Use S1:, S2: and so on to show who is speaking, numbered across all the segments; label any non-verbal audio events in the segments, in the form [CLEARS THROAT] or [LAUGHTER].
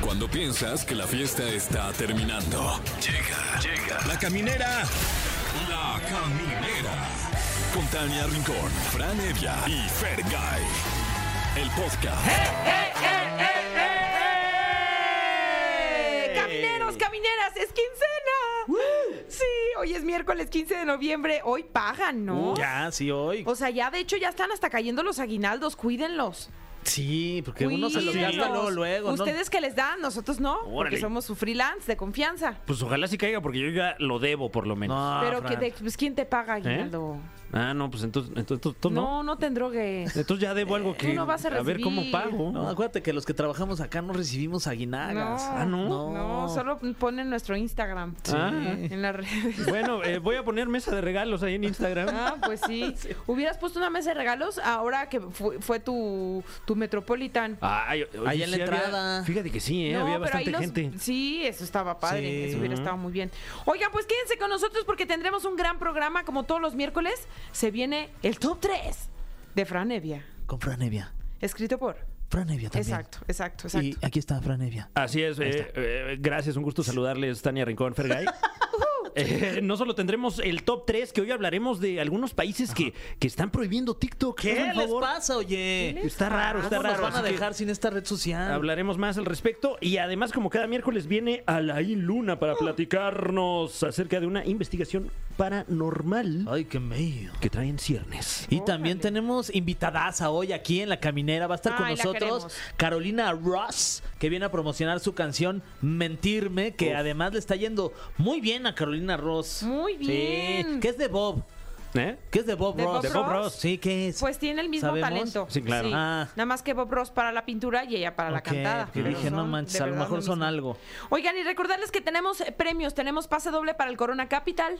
S1: Cuando piensas que la fiesta está terminando. Llega, llega. La caminera. La caminera. Con Tania Rincón, Fran Evia y Fer El podcast.
S2: ¡Eh! Camineros, camineras, es quincena. Sí, hoy es miércoles 15 de noviembre. Hoy pagan, ¿no?
S3: Uh, Ya, sí, hoy.
S2: O sea, ya de hecho ya están hasta cayendo los aguinaldos, cuídenlos.
S3: Sí, porque uno se lo
S2: Cuídenlos.
S3: gasta luego, luego, ¿no?
S2: Ustedes que les dan, nosotros no, porque
S4: Órale.
S2: somos su freelance de confianza.
S4: Pues ojalá sí caiga, porque yo ya lo debo, por lo menos.
S3: No,
S2: Pero
S3: Ah, Fran.
S2: que de- pues, ¿quién te paga aguinaldo?
S4: Ah, no, pues entonces, entonces, entonces no.
S2: No, no te endrogues.
S4: Entonces ya debo algo que.
S2: no vas a
S4: ver cómo
S2: recibir.
S4: pago.
S3: No, acuérdate que los que trabajamos acá no recibimos aguinagas.
S2: No.
S4: [LAUGHS] Ah, ¿no?
S2: No, solo ponen nuestro Instagram
S4: Ah.
S2: en las redes.
S4: Bueno, eh, voy a poner mesa de regalos ahí en Instagram.
S2: Ah, pues sí. Hubieras puesto una mesa de regalos ahora que fue, fue tu, tu Metropolitan.
S3: Ah,
S4: Ay, oye,
S3: Ahí en la
S4: sí había-
S3: entrada.
S4: fíjate que sí, ¿eh?
S2: No,
S4: había
S2: pero ahí
S4: bastante
S2: los-
S4: gente.
S2: Sí, eso estaba padre,
S3: Sí.
S2: eso hubiera estado muy bien. Oigan, pues quédense con nosotros porque tendremos un gran programa como todos los miércoles. Se viene el Top 3 de Fran Evia,
S3: Con Franevia.
S2: escrito por...
S3: Franevia también.
S2: Exacto, exacto, exacto.
S3: Y aquí está Franevia.
S4: Así es, eh, eh, gracias, un gusto saludarles, Tania
S2: [LAUGHS]
S4: Rincón, Fergay. Eh, no solo tendremos el top 3, que hoy hablaremos de algunos países que, que están prohibiendo TikTok. Hagan favor.
S3: pasa, oye?
S2: Ah,
S4: Está raro, está
S3: ¿Cómo nos
S4: raro.
S3: van a
S4: así que-
S3: dejar sin esta red social?
S4: Hablaremos más al respecto y además como cada miércoles viene Alain Luna para platicarnos acerca de una investigación paranormal
S3: Ay, qué medio.
S4: que traen ciernes.
S3: Y también tenemos invitadaza hoy aquí en La Caminera. Va a estar con
S2: Ay, la
S3: nosotros
S2: queremos.
S3: Carolina Ross, que viene a promocionar su canción Mentirme, que además le está yendo muy bien a Carolina Ross.
S2: Muy
S3: Sí,
S2: bien.
S3: que es de Bob.
S4: ¿Eh?
S3: Que es de Bob
S2: ¿De
S3: Ross.
S2: Bob ¿De Bob Ross? Ross?
S3: Sí, que es.
S2: Pues tiene el mismo
S3: ¿Sabemos?
S2: talento.
S4: Sí, claro.
S3: Ah.
S2: Nada más que Bob Ross para la pintura y ella para la
S3: Ok,
S2: cantada.
S3: porque
S2: Pero
S3: dije, no
S2: son,
S3: manches,
S2: de
S3: a lo
S2: verdad,
S3: mejor son
S2: mismo.
S3: algo.
S2: Oigan, y recordarles que tenemos eh, premios, tenemos pase doble para el Corona Capital.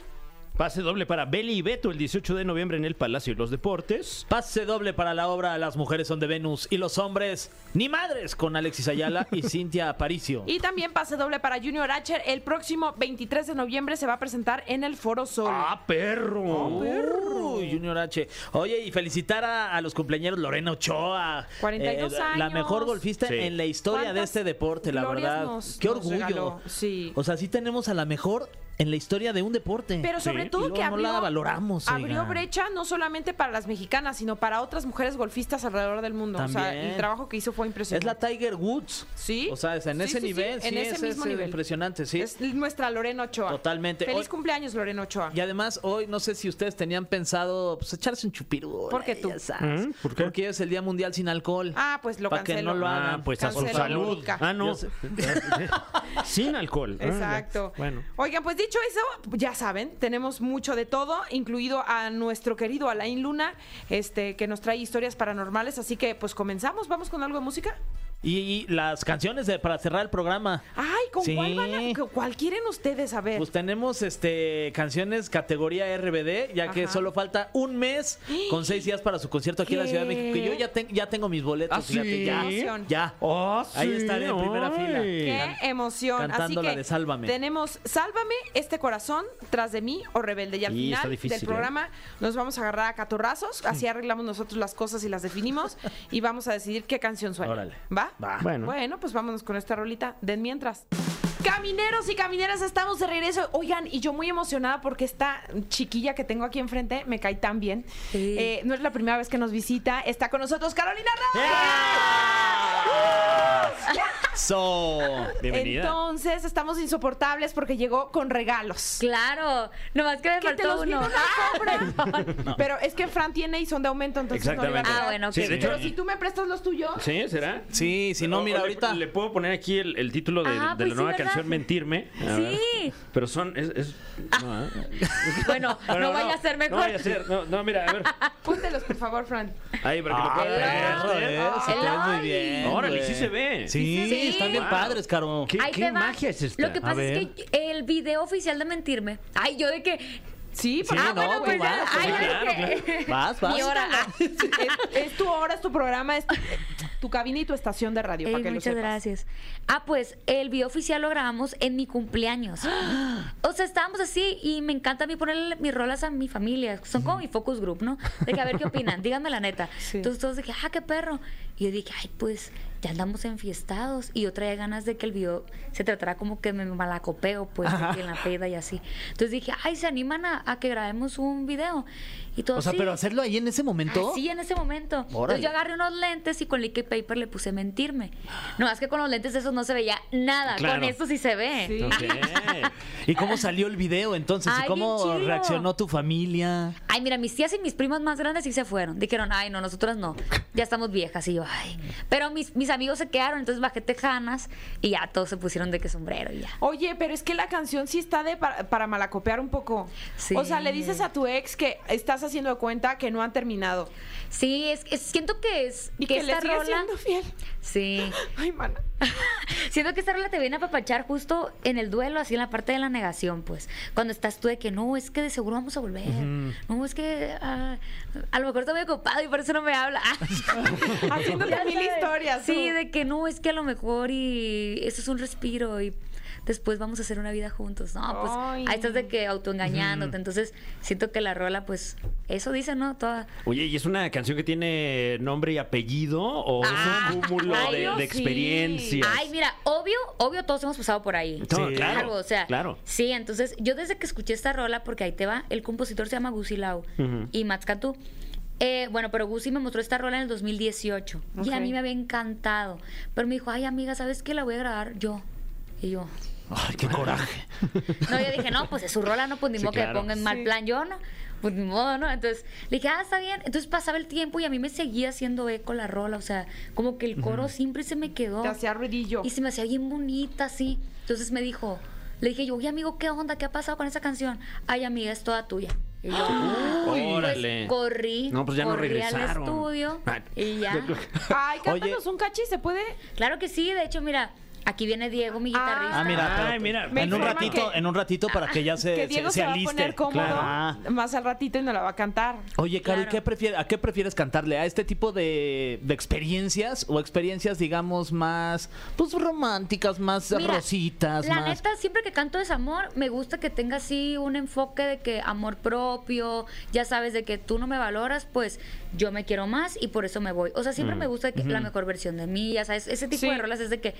S4: Pase doble para Beli y Beto el 18 de noviembre en el Palacio de los Deportes.
S3: Pase doble para la obra Las mujeres son de Venus y los hombres ni madres con Alexis Ayala
S2: [LAUGHS]
S3: y Cintia Aparicio.
S2: Y también pase doble para Junior Archer. El próximo 23 de noviembre se va a presentar en el Foro Sol.
S4: ¡Ah, perro!
S3: Uy, Junior H. Oye, y felicitar a, a los cumpleaños Lorena Ochoa. eh,
S2: 42
S3: La
S2: años.
S3: mejor golfista
S4: Sí.
S3: en la historia de
S2: ¿Cuántas
S3: este deporte, la
S2: glorias
S3: verdad.
S2: nos-
S3: Qué
S2: nos
S3: orgullo.
S2: regaló? Sí.
S3: O sea, sí tenemos a la mejor en la historia de un deporte.
S2: Pero sobre
S4: Sí.
S3: Y
S2: todo
S3: luego
S2: que
S3: no
S2: abrió,
S3: la valoramos.
S2: abrió
S3: oiga.
S2: brecha no solamente para las mexicanas, sino para otras mujeres golfistas alrededor del mundo. O sea,
S3: También.
S2: el trabajo que hizo fue
S3: Es
S2: impresionante.
S3: la Tiger Woods.
S2: Sí.
S3: O sea, es en
S2: Sí,
S3: ese
S2: sí, sí,
S3: nivel.
S2: en
S3: sí,
S2: ese
S3: es-
S2: mismo
S3: es
S2: nivel.
S3: Impresionante, sí.
S2: Es nuestra Lorena Ochoa.
S3: Totalmente.
S2: Feliz
S3: Hoy-
S2: cumpleaños, Lorena Ochoa.
S3: Y además, hoy no sé si ustedes tenían pensado pues, echarse un chupirú.
S2: ¿Por qué tú?
S4: ¿Mm? ¿Por qué?
S3: Porque hoy es el Día Mundial sin alcohol.
S2: Ah, pues lo
S3: Para que
S2: cancelo.
S3: no lo
S4: Ah,
S3: hagan.
S4: pues a su
S2: Cancelo
S4: salud.
S2: vodka.
S4: Ah, [LAUGHS] no.
S3: Yo sé.
S4: Sin alcohol. Ah, ya.
S2: Exacto.
S4: bueno.
S2: Oigan, pues dicho eso, ya saben, tenemos mucho de todo, incluido a nuestro querido Alain Luna, este, que nos trae historias paranormales. Así que, pues comenzamos, vamos con algo de música.
S3: Y, y las canciones de, para cerrar el programa.
S2: Ay, ¿con
S3: Sí.
S2: cuál van a, con cuál quieren ustedes a ver?
S3: Pues tenemos este canciones categoría RBD, ya que
S2: Ajá.
S3: solo falta un mes
S5: [GASPS]
S3: con seis días para su concierto aquí en la Ciudad de México. Y yo ya, ten- ya tengo mis boletos,
S4: ¿Ah,
S3: fíjate,
S4: sí?
S3: ya.
S2: Emoción.
S3: Ya.
S4: Ah,
S3: Ahí
S4: sí,
S3: estaré en primera
S4: ay.
S3: fila.
S2: Qué emoción. Así
S3: Cantando
S2: que
S3: la de Sálvame.
S2: tenemos Sálvame, este corazón, tras de mí o rebelde. Y al
S4: Sí, está
S2: final
S4: difícil,
S3: ¿eh?
S2: del programa nos vamos a agarrar a catorrazos, así arreglamos nosotros las cosas y las definimos
S3: [LAUGHS]
S2: y vamos a decidir qué canción suena.
S3: Órale.
S2: ¿Va?
S3: Va.
S4: Bueno.
S2: Bueno, pues vámonos con esta rolita de mientras. Camineros y camineras, estamos de regreso. Oigan, y yo muy emocionada porque esta chiquilla que tengo aquí enfrente me cae tan bien. Eh, no es la primera vez que nos visita. Está con nosotros Carolina Ramos.
S3: So.
S4: Bienvenida.
S2: Entonces estamos insoportables porque llegó con regalos.
S5: Claro, nomás que me
S2: Que te
S5: faltó
S2: los vino
S5: uno.
S2: una compra. Pero es que Fran tiene y son de aumento, entonces no le iba a quedar.
S4: Exactamente.
S5: Ah, bueno, ok.
S4: Sí, de hecho,
S2: Pero si tú me prestas los tuyos,
S4: ¿Sí? ¿Será?
S3: Sí, si no,
S4: O-
S3: mira,
S4: o le-
S3: ahorita.
S4: Le, puedo poner aquí el, el título de, de
S5: Ah, pues
S4: la
S5: sí,
S4: nueva
S5: ¿verdad?
S4: canción, Mentirme. A
S5: Sí.
S4: ver. Pero son. Es, es- no, ¿eh?
S5: [LAUGHS] Bueno,
S4: Pero
S5: no vaya a ser
S4: No
S5: mejor.
S4: vaya a ser. No, no, mira, a ver.
S2: póntelos, por favor, Fran.
S4: Ahí, para que
S3: Ah,
S4: lo pueda
S3: Perro,
S4: ver. Ah,
S3: eh, se te ve muy
S5: Ay.
S3: bien.
S4: Órale,
S3: güey.
S4: sí se ve.
S3: Sí,
S5: Sí se ve.
S3: están bien
S4: Wow.
S3: padres, Caro.
S4: ¿Qué,
S5: Ahí
S4: qué
S5: te va.
S4: magia es esta?
S5: Lo que
S4: A
S5: pasa
S4: ver.
S5: es que el video oficial de mentirme. Ay, yo de que.
S2: Sí,
S3: Sí,
S2: porque-
S3: no, tú
S5: pues,
S3: vas,
S2: ah,
S5: ay,
S3: sí,
S5: yo de que-
S3: Vas, vas.
S5: Mi hora. Ah.
S2: es, es tu hora, es tu programa, es tu, tu cabina y tu estación de radio.
S5: Ey,
S2: para que lo
S5: muchas
S2: sepas.
S5: gracias. Ah, pues el video oficial lo grabamos en
S2: [GASPS]
S5: mi cumpleaños. O sea, estábamos así y me encanta a mí ponerle mis rolas a mi familia. Son como mi
S2: [LAUGHS]
S5: focus group, ¿no? De que a ver qué opinan, díganme la neta.
S2: Sí.
S5: Entonces todos de que, ah, qué perro. Y yo dije, ay, pues ya andamos enfiestados. Y yo traía ganas de que el video se tratara como que me malacopeo, pues, de que en
S2: [LAUGHS]
S5: la peda y así. Entonces dije, ay, ¿se animan a, a que grabemos un video? Y todo
S3: O sea,
S5: "Sí".
S3: pero hacerlo ahí en ese momento.
S5: Sí, en ese momento.
S3: Órale.
S5: Entonces yo agarré unos lentes y con liquid paper le puse mentirme. No, es que con los lentes esos no se veía nada.
S4: Claro.
S5: Con estos sí se ve. Ah,
S2: Sí.
S4: Ok.
S3: Eh. ¿Y cómo salió el video entonces? ¿Y
S5: Ay, bien
S3: cómo
S5: chido.
S3: reaccionó tu familia?
S5: Ay, mira, mis tías y mis primas más grandes sí se fueron. Dijeron, ay, no, nosotras no. Ya estamos viejas. Y yo, ay. Pero mis, mis amigos se quedaron, entonces bajé tejanas y ya todos se pusieron de que sombrero y ya.
S2: Oye, pero es que la canción sí está de para, para malacopear un poco.
S5: Sí.
S2: O sea, le dices a tu ex que estás haciendo de cuenta que no han terminado.
S5: Sí, es, es- siento que es
S2: Y
S5: que,
S2: que, le
S5: esta
S2: sigues
S5: rola.
S2: siendo fiel.
S5: Sí.
S2: Ay, mana.
S5: Siento que esta rola te viene a papachar justo en el duelo, así en la parte de la negación, pues. Cuando estás tú de que no, es que de seguro vamos a volver. No, es que ah, a lo mejor está muy ocupado y por eso no me habla.
S2: [LAUGHS] Haciéndote
S5: Ya
S2: mil
S5: sabes.
S2: historias,
S5: Sí,
S2: tú.
S5: de que no, es que a lo mejor y eso es un respiro y después vamos a hacer una vida juntos. No, pues
S2: Ay.
S5: ahí estás de que autoengañándote. Entonces siento que la rola, pues, eso dice, ¿no? Toda.
S4: Oye, ¿y es una canción que tiene nombre y apellido o
S5: Ah,
S4: es un cúmulo
S5: ay,
S4: de,
S5: yo
S4: de
S2: sí.
S4: experiencias?
S5: Ay, mira, obvio, obvio todos hemos pasado por ahí.
S4: No, Sí. claro,
S5: o sea,
S4: claro.
S5: sí, entonces yo desde que escuché esta rola, porque ahí te va, el compositor se llama Gusi Lau
S4: Ujú.
S5: y Mats Cantú. Eh, bueno, pero Gusi me mostró esta rola en el 2018 y a
S2: Ok.
S5: mí me había encantado, pero me dijo, ay amiga, ¿sabes qué? La voy a grabar yo.
S4: [LAUGHS]
S5: Y yo,
S3: Ay, qué coraje.
S5: no, yo dije, no, pues es su rola, no, pues ni
S4: Sí,
S5: modo que
S4: claro.
S5: me ponga en mal
S2: Sí.
S5: plan yo, ¿no? Pues ni modo, ¿no? Entonces le dije, ah, está bien. Entonces pasaba el tiempo y a mí me seguía haciendo eco la rola, o sea, como que el coro siempre se me quedó.
S2: Te hacía ruidillo.
S5: Y se me hacía bien bonita, así. Entonces me dijo, le dije yo, oye amigo, ¿qué onda? ¿Qué ha pasado con esa canción? Ay, amiga, es toda tuya. Y yo,
S4: [GASPS]
S5: pues,
S4: órale.
S5: corrí,
S4: No, pues ya no
S5: corrí al
S4: regresaron. Ah,
S5: estudio
S4: Ay. [LAUGHS]
S5: y ya.
S2: [LAUGHS] Ay,
S3: Oye.
S2: cántanos un cachi, ¿se puede?
S5: Claro que sí, de hecho, mira, aquí viene Diego, mi guitarrista.
S3: Ah, mira,
S4: Ay,
S3: pero-
S4: mira,
S2: me
S3: en un
S2: informan
S3: ratito,
S2: que-
S3: en un ratito para que ya se,
S2: que Diego se, va a
S3: aliste.
S2: poner cómodo
S3: Claro. Ah.
S2: más al ratito y nos la va a cantar.
S3: Oye, Caro, ¿y qué
S5: Claro.
S3: prefier- ¿a qué prefieres cantarle? ¿A este tipo de, de experiencias o experiencias, digamos, más pues románticas, más
S5: Mira,
S3: rositas?
S5: La
S3: más...
S5: neta, siempre que canto desamor, me gusta que tenga así un enfoque de que amor propio, ya sabes, de que tú no me valoras, pues yo me quiero más y por eso me voy. O sea,
S3: Mm,
S5: siempre me gusta que la mejor versión de mí, ya sabes, ese tipo
S2: Sí.
S5: de rolas es de que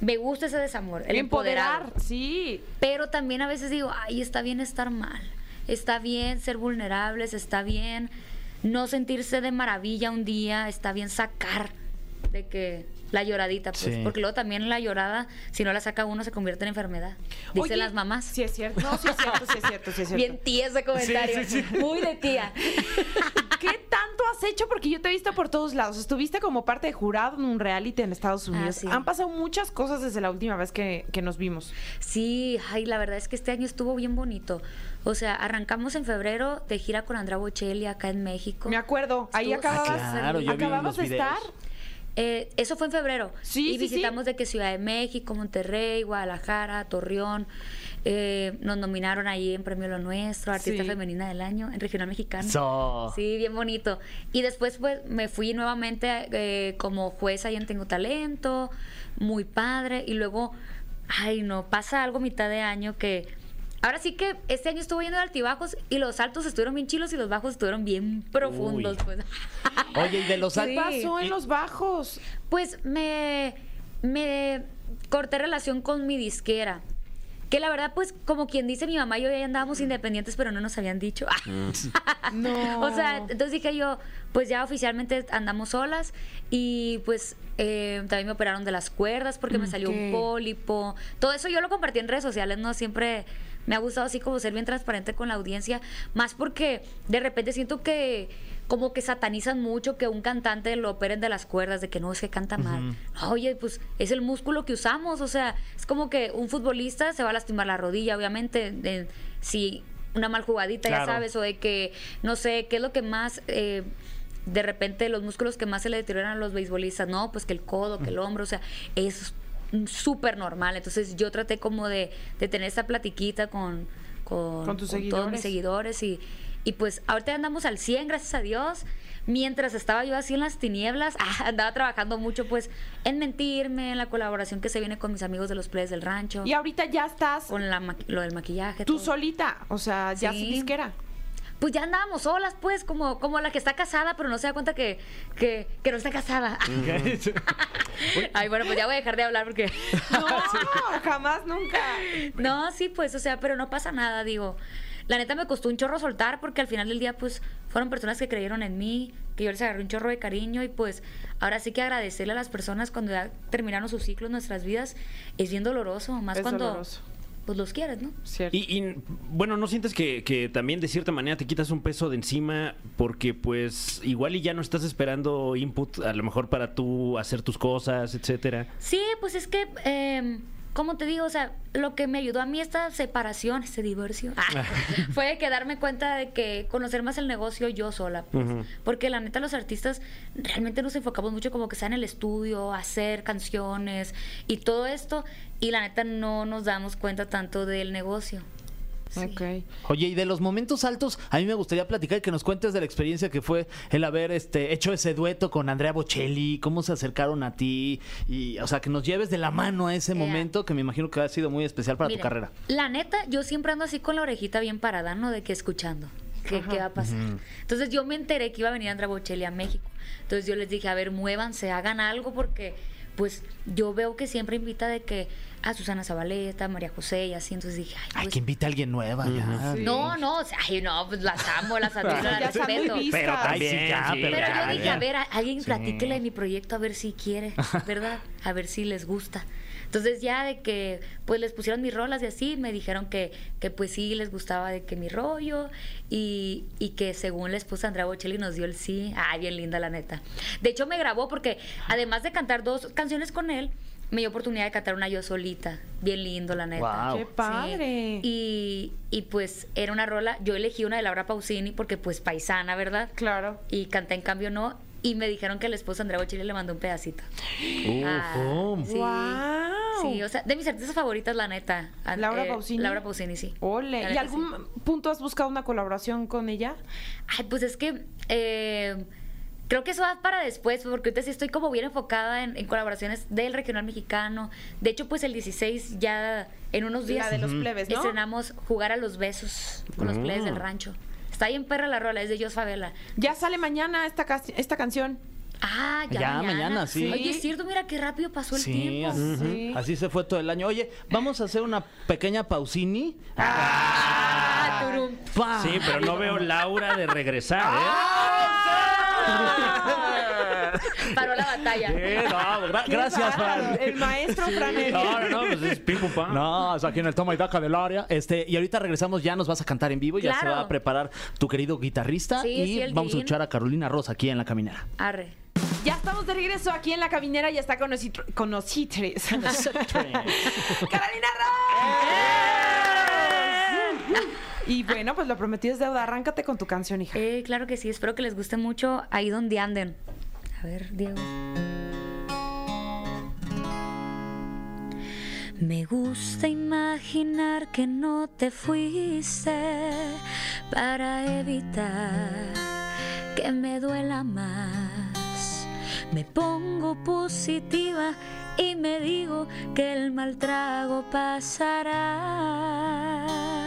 S5: me gusta ese desamor, el
S2: Empoderar,
S5: empoderado.
S2: sí.
S5: Pero también a veces digo, ay, está bien estar mal, está bien ser vulnerables, está bien no sentirse de maravilla un día, está bien sacar de que la lloradita, pues,
S3: Sí.
S5: porque luego también la llorada, si no la saca uno, se convierte en enfermedad. Dicen
S2: Oye,
S5: las mamás.
S2: Sí, es cierto. No, sí es cierto, sí es cierto, sí es cierto.
S5: [LAUGHS] Bien tía ese comentario. Muy de tía.
S2: [LAUGHS]
S5: [LAUGHS]
S2: ¿Qué tanto has hecho? Porque yo te he visto por todos lados. Estuviste como parte de jurado en un reality en Estados Unidos.
S5: Ah, sí.
S2: Han pasado muchas cosas desde la última vez que, que nos vimos.
S5: Sí, ay, la verdad es que este año estuvo bien bonito. O sea, arrancamos en febrero de gira con Andrea Bocelli acá en México.
S2: Me acuerdo, ahí
S5: Estuvo-
S2: acababas,
S3: Ah, claro, yo vi
S2: acababas
S3: los
S2: de estar.
S3: videos.
S5: Eh, eso fue en febrero.
S2: Sí,
S5: y
S2: sí,
S5: visitamos de que Ciudad de México, Monterrey, Guadalajara, Torreón. Eh, nos nominaron ahí en Premio Lo Nuestro, Artista
S2: Sí.
S5: Femenina del Año, en Regional Mexicano.
S3: So.
S5: Sí, bien bonito. Y después pues me fui nuevamente eh, como jueza ahí en Tengo Talento, muy padre. Y luego, ay no, pasa algo mitad de año que... Ahora sí que este año estuvo yendo de altibajos y los altos estuvieron bien chilos y los bajos estuvieron bien profundos.
S3: Uy.
S5: Pues. [LAUGHS]
S3: Oye, y de los
S5: Sí.
S2: ¿Qué pasó en
S3: Y-
S2: los bajos?
S5: Pues me, me corté relación con mi disquera. Que la verdad, pues, como quien dice mi mamá y yo ya andábamos independientes, pero no nos habían dicho. [LAUGHS]
S2: No.
S5: [LAUGHS] o sea, entonces dije yo, pues ya oficialmente andamos solas. Y pues eh, también me operaron de las cuerdas porque me salió un
S2: Ok.
S5: pólipo. Todo eso yo lo compartí en redes sociales, ¿no? Siempre me ha gustado así como ser bien transparente con la audiencia. Más porque de repente siento que como que satanizan mucho que un cantante lo operen de las cuerdas, de que no es que canta mal. Oye, pues es el músculo que usamos, o sea, es como que un futbolista se va a lastimar la rodilla, obviamente, de- si una mal jugadita,
S3: Claro.
S5: ya sabes, o de que, no sé, qué es lo que más... eh, de repente los músculos que más se le deterioran a los beisbolistas, no, pues que el codo, que el hombro, o sea, es súper normal. Entonces yo traté como de, de tener esta platiquita con, con,
S2: Con tus
S5: todos mis
S2: seguidores.
S5: seguidores y, y pues ahorita andamos al 100, gracias a Dios. Mientras estaba yo así en las tinieblas, [LAUGHS] ah, andaba trabajando mucho pues en mentirme, en la colaboración que se viene con mis amigos de los players del rancho,
S2: Y ahorita ya estás
S5: con la maqui- lo del maquillaje.
S2: tú
S5: todo.
S2: solita, o sea, ya sin
S5: [LAUGHS] Sí.
S2: disquera.
S5: pues ya andábamos solas, pues, como, como la que está casada, pero no se da cuenta que, que, que no está casada. Ay, bueno, pues ya voy a dejar de hablar porque.
S2: No, jamás, nunca.
S5: [LAUGHS] No, sí, pues, o sea, pero no pasa nada, digo. La neta me costó un chorro soltar porque al final del día, pues, fueron personas que creyeron en mí, que yo les agarré un chorro de cariño y pues, ahora sí que agradecerle a las personas cuando ya terminaron sus ciclos, nuestras vidas, es bien doloroso, más
S2: Es
S5: cuando,
S2: doloroso.
S5: pues, los quieres, ¿no?
S2: Cierto.
S4: Y, y, bueno, ¿no sientes que, que también de cierta manera te quitas un peso de encima porque pues igual y ya no estás esperando input a lo mejor para tú hacer tus cosas, etcétera?
S5: Sí, pues es que, eh, como te digo, o sea, lo que me ayudó a mí esta separación, este divorcio, [LAUGHS] fue que darme cuenta de que conocer más el negocio yo sola. pues.
S4: Ujú.
S5: Porque la neta, los artistas realmente nos enfocamos mucho como que sea en el estudio, hacer canciones y todo esto. Y la neta, no nos damos cuenta tanto del negocio. Sí.
S2: Ok.
S3: Oye, y de los momentos altos, a mí me gustaría platicar y que nos cuentes de la experiencia que fue el haber este, hecho ese dueto con Andrea Bocelli, cómo se acercaron a ti, y, o sea, que nos lleves de la mano a ese
S5: Ea.
S3: momento que me imagino que ha sido muy especial para
S5: Mira,
S3: tu carrera.
S5: La neta, yo siempre ando así con la orejita bien parada, ¿no? De que escuchando. ¿Qué, qué va a pasar? Entonces yo me enteré que iba a venir Andra Bocelli a México. Entonces yo les dije, a ver, muévanse, hagan algo porque pues yo veo que siempre invita de que a Susana Zabaleta, María José y así. Entonces dije, ay,
S3: Ay,
S5: pues,
S3: que invite a alguien nueva ya.
S5: No, no, o sea, ay, no, pues las
S2: [LAUGHS]
S5: amo, las admiro, las
S2: Ya están muy
S5: respeto.
S2: vistas.
S4: Pero también,
S3: sí, ya,
S4: sí,
S5: Pero
S4: ya,
S5: yo dije,
S4: ya.
S5: a ver, a- alguien platíquele de mi proyecto a ver si quiere, ¿verdad? A ver si les gusta. Entonces ya de que, pues les pusieron mis rolas y así, me dijeron que, que pues sí les gustaba de que mi rollo y, y que según les puso Andrea Bocelli nos dio el sí. Ay, bien linda la neta. De hecho me grabó porque además de cantar dos canciones con él, me dio oportunidad de cantar una yo solita. Bien lindo la neta.
S3: Guau.
S2: ¡Qué
S5: Sí.
S2: padre!
S5: Y, y pues era una rola, yo elegí una de Laura Pausini porque pues paisana, ¿verdad?
S2: Claro.
S5: y canté en cambio no y me dijeron que el esposo Andrea Bocelli le mandó un pedacito. Ah, sí.
S2: ¡Guau!
S5: Sí, o sea, de mis artistas favoritas, la neta. An-
S2: Laura
S5: eh,
S2: Pausini. Oh.
S5: Laura Pausini, sí.
S2: Ole.
S5: La
S2: ¿Y
S5: neta, sí.
S2: algún punto has buscado una colaboración con ella?
S5: Ay, pues es que eh, creo que eso va para después, porque ahorita sí estoy como bien enfocada en, en colaboraciones del regional mexicano. De hecho, pues el 16 ya en unos días
S2: La de los plebes, ¿no?
S5: estrenamos Jugar a los Besos con
S3: Ah.
S5: los plebes del rancho. Está bien perra la rola, es de Jos Favela.
S2: Ya sale mañana esta, cas- esta canción.
S5: Ah, ya,
S3: Ya, mañana, sí.
S5: Oye, es cierto, mira qué rápido pasó el
S3: Sí,
S5: tiempo.
S3: así,
S2: Sí.
S3: así se fue todo el año. Oye, vamos a hacer una pequeña pausini.
S5: Ah, turum.
S3: Pa.
S4: Sí, pero no veo Laura de regresar, ¿eh?
S3: Ah,
S5: Paró la batalla.
S3: Eh, no, gra- gracias, Fran.
S2: El maestro Fran Evia.
S4: No, no, no, pues es pim pum pam.
S3: No, es aquí en el toma y daca del área. Este, y ahorita regresamos, ya nos vas a cantar en vivo, ya se
S5: Claro.
S3: va a preparar tu querido guitarrista
S5: Sí,
S3: y
S5: sí, el
S3: vamos a
S5: Green.
S3: escuchar a Carolina Rosa aquí en la caminera.
S5: Arre.
S2: Ya estamos de regreso aquí en la caminera y está con nosotros. Con nosotros. [LAUGHS] ¡Carolina Ross! Y bueno, pues lo prometido es deuda. Arráncate con tu canción, hija.
S5: Eh, claro que sí, espero que les guste mucho ahí donde anden. A ver, Diego. Me gusta imaginar que no te fuiste para evitar que me duela más. Me pongo positiva y me digo que el mal trago pasará.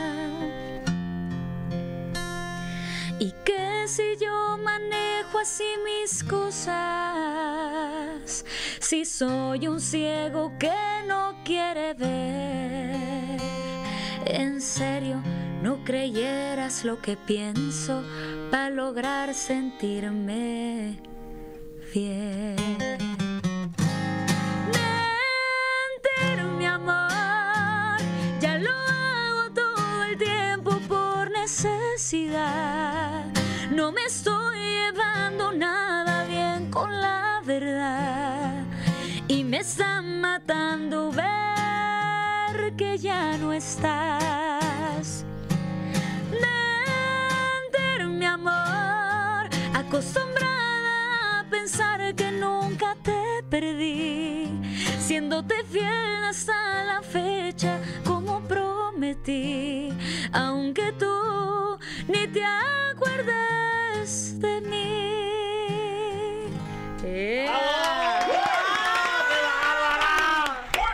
S5: Y que si yo manejo así mis cosas, si soy un ciego que no quiere ver, en serio, no creyeras lo que pienso para lograr sentirme bien. Mentir, mi amor, ya lo hago todo el tiempo por necesidad. No me estoy llevando nada bien con la verdad y me está matando ver que ya no estás. Mentir, mi amor, acostumbrada a pensar que nunca te perdí, siéndote fiel hasta la fecha como prometí, aunque tú ni te acuerdes de mí. ¡Eh!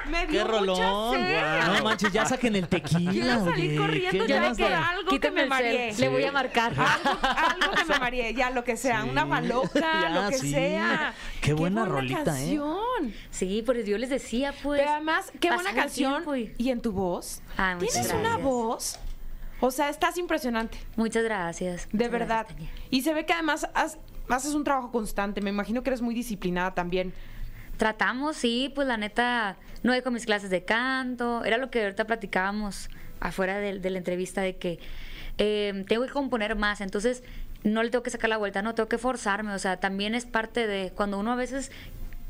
S2: Me dio
S6: qué rolón.
S2: mucha sed.
S6: guau.
S3: No manches, ya saquen el tequila.
S2: Quiero salir
S3: oye,
S2: corriendo
S3: ¿qué
S2: ya
S3: más
S2: de
S3: da?
S2: algo que me
S5: el cel,
S2: mareé.
S5: Le voy a marcar.
S2: Algo, algo
S3: [LAUGHS]
S2: que me mareé, ya lo que sea,
S3: Sí.
S2: una maloca,
S3: Ya,
S2: lo que
S3: sí.
S2: sea.
S3: Qué buena rolita, ¿eh?
S2: canción.
S5: Sí, por yo les decía, pues.
S2: Pero además, qué
S5: pasaba
S2: buena
S5: el
S2: canción.
S5: tiempo y-
S2: Y en tu voz.
S5: Ah, muchas
S2: Tienes una
S5: gracias.
S2: voz. O sea, estás impresionante,
S5: Muchas gracias.
S2: de
S5: muchas
S2: verdad.
S5: gracias, Tania.
S2: y se ve que además has- haces un trabajo constante. Me imagino que eres muy disciplinada también.
S5: Tratamos, sí, pues la neta, no con mis clases de canto, era lo que ahorita platicábamos afuera del- de, la entrevista de que eh, tengo que componer más, entonces no le tengo que sacar la vuelta, no tengo que forzarme, o sea, también es parte de cuando uno a veces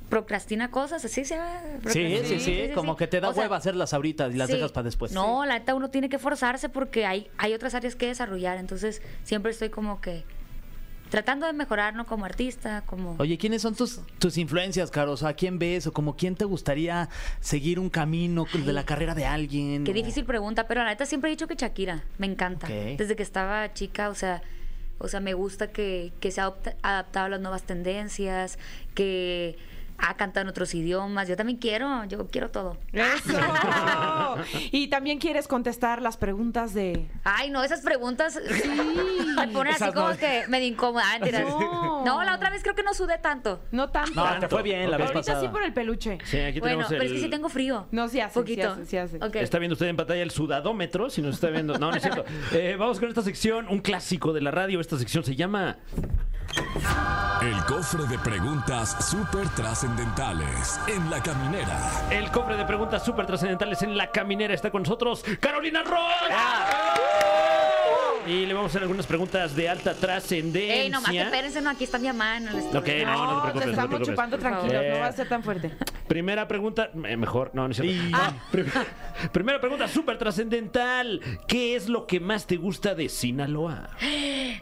S5: procrastina cosas, así se llama?
S3: Sí,
S5: Procrastinar,
S3: sí, sí, como que te da
S5: O sea,
S3: hueva hacerlas ahorita y las
S5: sí.
S3: dejas para después.
S5: No, la neta uno tiene que forzarse porque hay, hay otras áreas que desarrollar, entonces siempre estoy como que tratando de mejorar, ¿no? Como artista, como...
S3: Oye, ¿quiénes son tus, tus influencias, Caro? O sea, ¿a quién ves? ¿O como quién te gustaría seguir un camino de la carrera de alguien?
S5: Qué
S3: ¿O-
S5: difícil pregunta, pero la neta siempre he dicho que Shakira, me encanta.
S3: Ok.
S5: Desde que estaba chica, o sea, o sea, me gusta que, que se ha adopta- adaptado a las nuevas tendencias, que ha cantado en otros idiomas. Yo también quiero, yo quiero todo.
S2: Eso. [LAUGHS] y también quieres contestar las preguntas de.
S5: Ay, no, esas preguntas [LAUGHS] me ponen así
S3: Esas
S5: como
S3: no.
S5: que medio incómoda. Ah, mentiras.
S2: No.
S5: no, la otra vez creo que no sudé tanto.
S2: No tanto.
S3: No, te fue bien la
S4: Ok.
S3: vez
S2: Ahorita
S3: pasada.
S2: sí por el peluche.
S4: Sí, aquí
S5: bueno,
S4: tenemos
S5: pero es que
S4: el-
S5: sí tengo frío.
S2: No, sí hace, sí
S5: Poquito.
S2: hace, sí hace.
S5: Ok.
S4: Está viendo usted en pantalla el sudadómetro, si nos está viendo. No, no es cierto. Eh, vamos con esta sección, un clásico de la radio. Esta sección se llama
S1: El cofre de preguntas súper trascendentales en la caminera.
S4: El cofre de preguntas súper trascendentales en la caminera. Está con nosotros Carolina Ross. Y le vamos a hacer algunas preguntas de alta trascendencia.
S5: Ey, nomás espérense, no, aquí está mi mamá en el estudio.
S4: Ok, no, no, te
S2: te
S4: preocupes. no te
S2: estamos
S4: preocupes.
S2: Ah, chupando
S5: Por favor.
S2: tranquilos, no
S4: Eh.
S2: va a ser tan fuerte.
S4: Primera pregunta, eh, mejor, no, no es cierto. Ah, prim- [LAUGHS] primera pregunta súper trascendental. ¿Qué es lo que más te gusta de Sinaloa?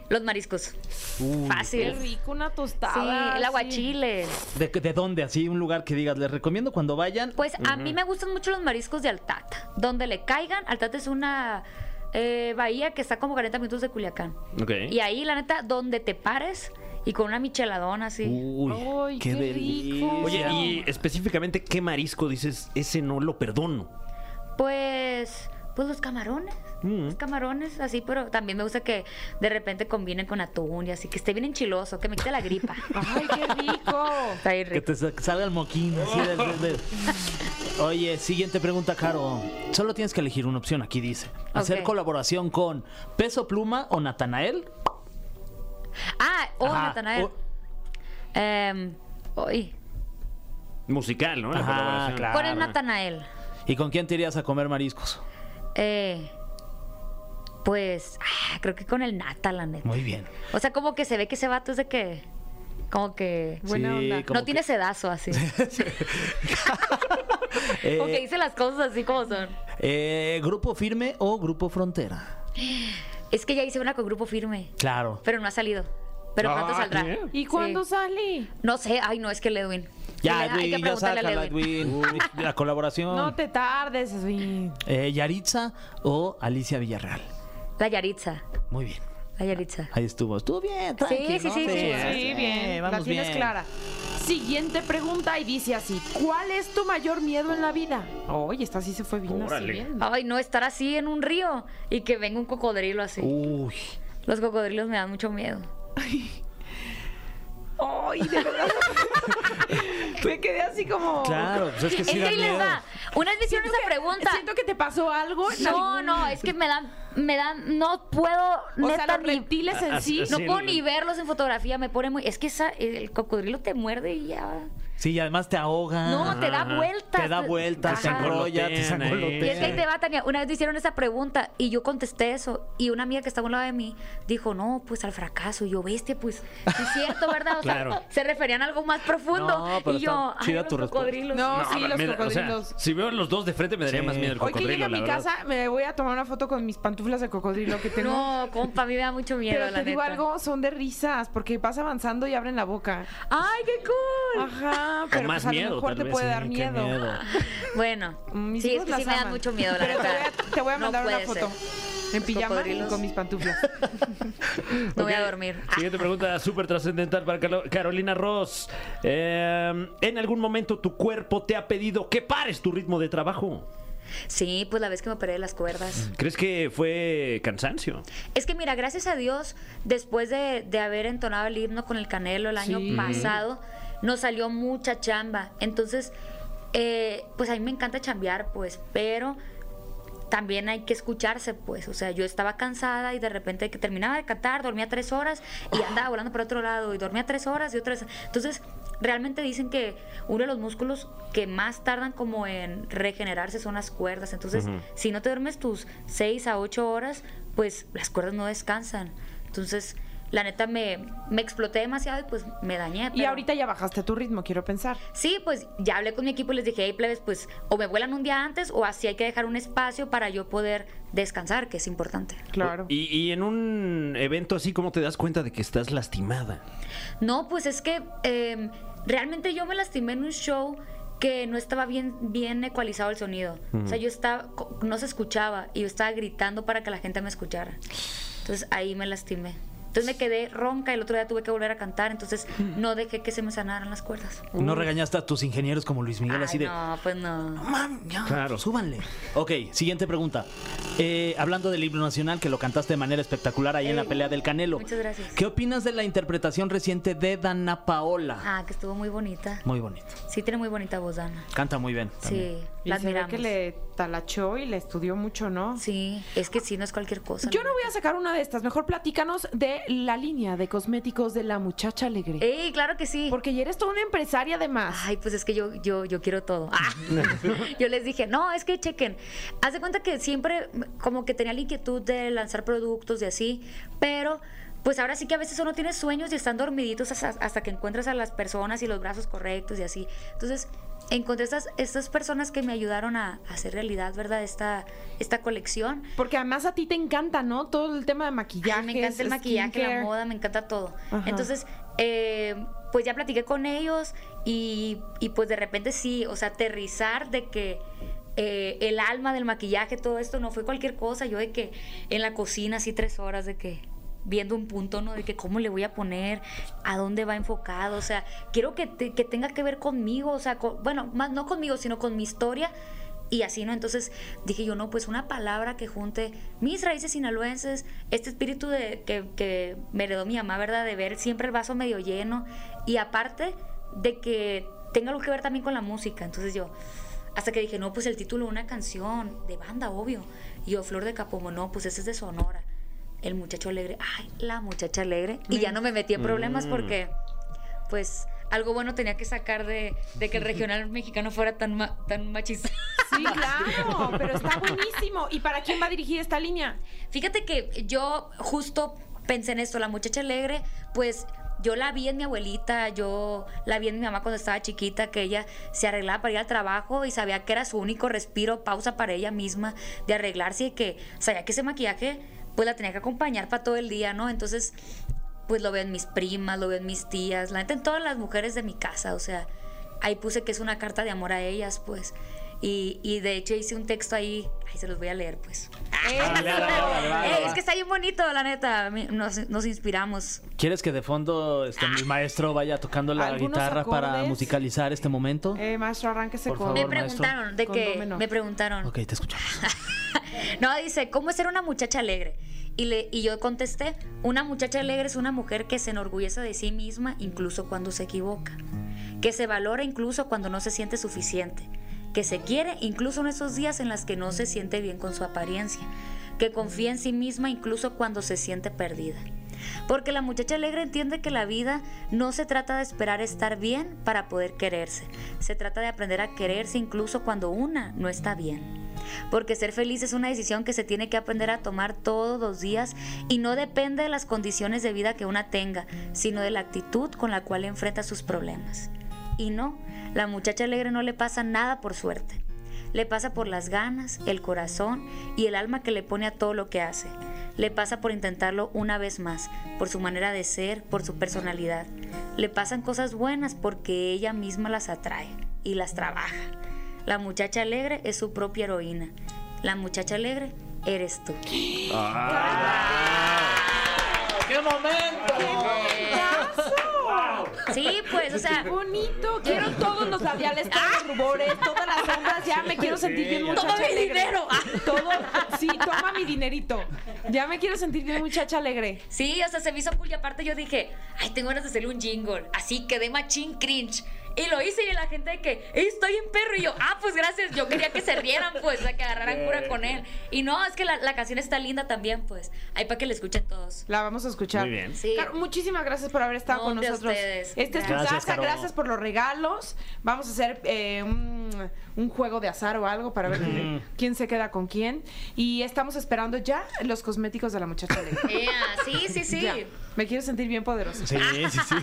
S5: Los mariscos.
S2: Qué
S5: Fácil.
S2: rico, una
S5: Sí,
S2: tostada.
S5: el
S2: sí.
S5: aguachile.
S3: ¿De, de dónde? Así, un lugar que digas, les recomiendo cuando vayan.
S5: Pues a mí me gustan mucho los mariscos de Altata. Donde le caigan, Altata es una eh, bahía que está como 40 minutos de Culiacán.
S4: Ok.
S5: Y ahí, la neta, donde te pares y con una micheladona así.
S3: Uy,
S2: Ay, qué rico.
S4: Oye,
S3: delicia.
S4: y específicamente, ¿qué marisco dices? Ese no lo perdono.
S5: Pues, pues los camarones. Los camarones, así, pero también me gusta que de repente combinen con atún y así, que esté bien enchiloso, que me quite la gripa.
S2: Ay, qué
S5: [LAUGHS]
S2: rico.
S5: Está bien
S3: Que
S5: rico.
S3: te sa- salga el moquín así del- del- del- Oye, siguiente pregunta, Caro. Solo tienes que elegir una opción, aquí dice. Hacer
S5: Ok.
S3: colaboración con Peso Pluma o Natanael.
S5: Ah, oh,
S3: Ajá,
S5: Natanael.
S3: o-
S5: Em, oy.
S4: Musical, ¿no? La
S3: Ajá,
S4: colaboración.
S3: claro.
S5: ¿Cuál es Natanael?
S3: ¿Y con quién te irías a comer mariscos?
S5: Eh, pues ah, creo que con el Nata, la neta.
S3: Muy bien.
S5: O sea, como que se ve que ese vato es de que. Como que.
S2: Buena
S3: Sí,
S2: onda.
S3: como
S5: no tiene
S3: que-
S5: sedazo así.
S3: [LAUGHS] Eh,
S5: Como que dice las cosas así como son.
S3: eh, ¿Grupo firme o grupo frontera?
S5: Es que ya hice una con grupo firme,
S3: Claro.
S5: pero no ha salido. Pero pronto
S4: Ah,
S5: saldrá.
S4: bien.
S2: ¿Y cuándo
S5: Sí.
S2: sale?
S5: No sé, ay, no, es que el Edwin.
S3: Ya,
S5: Hay que
S3: Edwin, ya
S5: preguntarle al
S3: sácala, [LAUGHS] Edwin. La colaboración.
S2: No te tardes, Edwin.
S3: Eh, Yaritza o Alicia Villarreal.
S5: La Yaritza.
S3: Muy bien.
S5: La Yaritza.
S3: Ahí estuvo. Estuvo bien, tranqui,
S5: Sí, sí,
S3: ¿no? ¿eh?
S5: sí, sí,
S2: Sí, bien.
S3: vamos
S2: la tienes
S3: bien.
S2: clara. Siguiente pregunta y dice así: ¿Cuál es tu mayor miedo en la vida? Oye, esta sí se fue bien así.
S4: Órale.
S2: bien.
S5: Ay, no, estar así en un río y que venga un cocodrilo así.
S3: Uy.
S5: Los cocodrilos me dan mucho miedo.
S2: Ay, de verdad. Me quedé así como.
S3: Claro, pues es que
S5: Es
S3: sí
S5: que
S3: da
S5: ahí les
S3: miedo.
S5: va. Una vez me hicieron esa pregunta.
S2: Siento que te pasó algo. en
S5: No,
S2: algún-
S5: no, es que me dan, me dan, no puedo,
S2: O
S5: neta,
S2: sea, los
S5: ni-
S2: reptiles en
S4: Así-
S2: sí.
S4: así
S5: no
S4: Ah, Sí,
S5: puedo
S4: el-
S5: ni verlos en fotografía, me pone muy, es que esa, el cocodrilo te muerde y ya,
S3: Sí, y además te ahoga.
S5: no, te da vueltas,
S3: Ah, Te da vueltas, te
S5: Ajá.
S3: enrolla, te
S4: Sangolotean ahí.
S5: Y es que ahí
S3: sangolotea.
S5: te va, Tania, una vez me hicieron esa pregunta y yo contesté eso y una amiga que estaba a un lado de mí dijo, no, pues al fracaso, y yo, bestia, pues, sí es cierto, ¿verdad? O sea,
S4: Claro.
S5: se referían a algo más profundo
S3: No, pero
S5: y yo,
S3: está chida
S5: ay,
S3: tu respuesta.
S5: los cocodrilos.
S2: No, sí,
S4: me
S2: los
S4: da- o sea,
S2: cocodrilos.
S4: si veo los dos de frente me daría
S3: Sí.
S4: más miedo el
S2: Hoy que
S4: cocodrilo.
S2: llegue a
S4: la
S2: mi
S4: verdad.
S2: casa, me voy a tomar una foto con mis pantuflas de cocodrilo que tengo.
S5: No, compa, a mí me da mucho miedo,
S2: Pero
S5: la
S2: te digo
S5: neta.
S2: algo, son de risas, porque vas avanzando y abren la boca.
S5: Ay, qué cool.
S2: Ajá, pero
S4: más
S2: pues, a
S4: miedo,
S2: lo mejor
S4: tal
S2: te
S4: vez. ¿eh?
S2: puede
S4: Sí,
S2: dar
S3: Qué
S2: miedo.
S4: [LAUGHS]
S2: Mm,
S3: miedo.
S5: [LAUGHS] Bueno,
S2: Ah. Mis
S5: sí,
S2: hijos
S5: es que
S2: las
S5: sí me da
S2: aman.
S5: mucho miedo, la
S2: Pero te voy
S5: verdad.
S2: a- te voy a
S5: No
S2: mandar una
S5: puede ser.
S2: foto. en pijama y
S5: cocodrilos.
S2: con mis
S5: [LAUGHS]
S2: pantuflas.
S5: No voy
S4: Ok.
S5: a dormir.
S4: Siguiente pregunta súper trascendental para Calo- Carolina Ross. Eh, ¿En algún momento tu cuerpo te ha pedido que pares tu ritmo de trabajo?
S5: Sí, pues la vez que me operé de las cuerdas.
S4: ¿Crees que fue cansancio?
S5: Es que mira, gracias a Dios, después de, de haber entonado el himno con el Canelo el año
S2: Sí.
S5: pasado, nos salió mucha chamba. Entonces, eh, pues a mí me encanta chambear, pues, pero también hay que escucharse, pues. O sea, yo estaba cansada y de repente que terminaba de cantar, dormía tres horas y andaba volando para otro lado y dormía tres horas y otras. Entonces, realmente dicen que uno de los músculos que más tardan como en regenerarse son las cuerdas. Entonces, si no te duermes tus seis a ocho horas, pues las cuerdas no descansan. Entonces, la neta me, me exploté demasiado y pues me dañé.
S2: Y
S5: pero-
S2: ahorita ya bajaste tu ritmo, quiero pensar.
S5: Sí, pues ya hablé con mi equipo y les dije, hey, plebes, pues o me vuelan un día antes o así hay que dejar un espacio para yo poder descansar, que es importante.
S2: Claro.
S4: Y, y en un evento así, ¿cómo te das cuenta de que estás lastimada?
S5: No, pues es que eh, realmente yo me lastimé en un show que no estaba bien, bien ecualizado el sonido. O sea, yo estaba, co- no se escuchaba y yo estaba gritando para que la gente me escuchara. Entonces ahí me lastimé. Entonces me quedé ronca y el otro día tuve que volver a cantar, entonces no dejé que se me sanaran las cuerdas.
S3: No regañaste a tus ingenieros como Luis Miguel,
S5: Ay,
S3: así de.
S5: no, pues no.
S3: "Mam, ya,
S4: Claro.
S3: súbanle. Ok, siguiente pregunta. Eh, hablando del himno nacional, que lo cantaste de manera espectacular ahí en la
S5: Ey,
S3: pelea del Canelo.
S5: muchas gracias.
S3: ¿Qué opinas de la interpretación reciente de Dana Paola?
S5: Ah, que estuvo muy bonita.
S3: Muy bonito.
S5: Sí, tiene muy bonita voz, Dana.
S3: Canta muy bien. también.
S5: Sí,
S2: Y
S5: la
S2: se ve
S5: admiramos.
S2: que le talachó y le estudió mucho, ¿no?
S5: Sí, es que sí, no es cualquier cosa.
S2: Yo
S5: la
S2: no voy a sacar una de estas. Mejor platícanos de la línea de cosméticos de la muchacha alegre.
S5: neta. ¡Ey, claro que sí!
S2: Porque ya eres toda una empresaria además.
S5: Ay, pues es que yo, yo, yo quiero todo.
S2: [LAUGHS]
S5: Ah. [LAUGHS] yo les dije, no, es que chequen. Haz de cuenta que siempre como que tenía la inquietud de lanzar productos y así, pero pues ahora sí que a veces uno tiene sueños y están dormiditos hasta, hasta que encuentras a las personas y los brazos correctos y así. Entonces encontré estas, estas personas que me ayudaron a, a hacer realidad, ¿verdad? Esta, esta colección.
S2: Porque además a ti te encanta, ¿no? Todo el tema de maquillaje.
S5: Ay, me encanta el maquillaje, la moda, me encanta todo.
S2: Ajá.
S5: Entonces, eh, pues ya platiqué con ellos y, y pues de repente sí, o sea, aterrizar de que eh, el alma del maquillaje, todo esto, no fue cualquier cosa. Yo de que en la cocina, así tres horas de que viendo un punto, ¿no? De que cómo le voy a poner, a dónde va enfocado, o sea, quiero que, te- que tenga que ver conmigo, o sea, con- bueno, más no conmigo, sino con mi historia y así, ¿no? Entonces dije yo, no, pues una palabra que junte mis raíces sinaloenses, este espíritu de, que, que me heredó mi mamá, ¿verdad? De ver siempre el vaso medio lleno y aparte de que tenga algo que ver también con la música. Entonces yo, hasta que dije, no, pues el título de una canción, de banda, obvio. Y yo, Flor de Capomo, no, pues ese es de Sonora. El muchacho alegre, ay, la muchacha alegre. Y ya no me metí en problemas porque, pues, algo bueno tenía que sacar de, de que el regional mexicano fuera tan, ma- tan machista.
S2: Sí, claro, pero está buenísimo. ¿Y para quién va dirigida esta línea?
S5: Fíjate que yo justo pensé en esto, la muchacha alegre, pues yo la vi en mi abuelita, yo la vi en mi mamá cuando estaba chiquita, que ella se arreglaba para ir al trabajo y sabía que era su único respiro, pausa para ella misma de arreglarse y que sabía que ese maquillaje pues la tenía que acompañar para todo el día, ¿no? Entonces, pues lo veo en mis primas, lo veo en mis tías, la neta en todas las mujeres de mi casa, o sea, ahí puse que es una carta de amor a ellas, pues. Y, y de hecho hice un texto ahí, ahí se los voy a leer, pues.
S3: Ah,
S5: Ey, Eh, es que está bien bonito, la neta. Me- Nos, nos inspiramos.
S3: ¿Quieres que de fondo este, mi maestro vaya tocando la
S2: Algunos
S3: guitarra para
S2: acordes.
S3: musicalizar este momento?
S2: Eh, maestro, arránquese
S3: Por
S2: con...
S5: Me
S3: favor, maestro.
S5: preguntaron de que
S2: Condómeno.
S5: me preguntaron.
S3: Ok, te escuchamos.
S5: No, dice, ¿cómo es ser una muchacha alegre? Y, le, y yo contesté, una muchacha alegre es una mujer que se enorgullece de sí misma incluso cuando se equivoca, que se valora incluso cuando no se siente suficiente, que se quiere incluso en esos días en las que no se siente bien con su apariencia, que confía en sí misma incluso cuando se siente perdida. Porque la muchacha alegre entiende que la vida no se trata de esperar estar bien para poder quererse, se trata de aprender a quererse incluso cuando una no está bien. Porque ser feliz es una decisión que se tiene que aprender a tomar todos los días y no depende de las condiciones de vida que una tenga, sino de la actitud con la cual enfrenta sus problemas. Y no, la muchacha alegre no le pasa nada por suerte. Le pasa por las ganas, el corazón y el alma que le pone a todo lo que hace. Le pasa por intentarlo una vez más, por su manera de ser, por su personalidad. Le pasan cosas buenas porque ella misma las atrae y las trabaja. La muchacha alegre es su propia heroína. La muchacha alegre eres tú.
S3: ¡Qué momento!
S5: Sí, pues, o sea,
S2: [LAUGHS] ¡Qué bonito! Quiero todos los labiales, todos los rubores, todas las ondas. Ya me quiero sentir bien muchacha
S5: Toma mi
S2: alegre.
S5: dinero.
S2: Todo, sí, toma mi dinerito. Ya me quiero sentir bien muchacha alegre.
S5: sí, o sea, se me hizo cool y aparte yo dije, ay, tengo ganas de hacerle un jingle, así quedé machín cringe. Y lo hice y la gente de que, "Ey, estoy en perro. Y yo, ah, pues gracias, yo quería que se rieran, pues, o sea, que agarraran cura con él. Y no, es que la, la canción está linda también, pues, ahí para que la escuchen
S2: [LAUGHS]
S5: todos.
S2: La vamos a escuchar.
S4: Muy bien.
S5: Sí.
S2: Caro, muchísimas gracias por haber estado
S5: No,
S2: con
S5: hombre, a
S2: nosotros.
S5: ustedes.
S2: Esta es tu
S3: Gracias,
S2: casa,
S3: Caro.
S2: gracias por los regalos. Vamos a hacer eh, un, un juego de azar o algo para ver quién se queda con quién. Y estamos esperando ya los cosméticos de la muchacha alegre.
S5: [LAUGHS] Ea, sí, sí, sí.
S2: Ya. Me quiero sentir bien poderosa.
S3: Sí, sí, sí.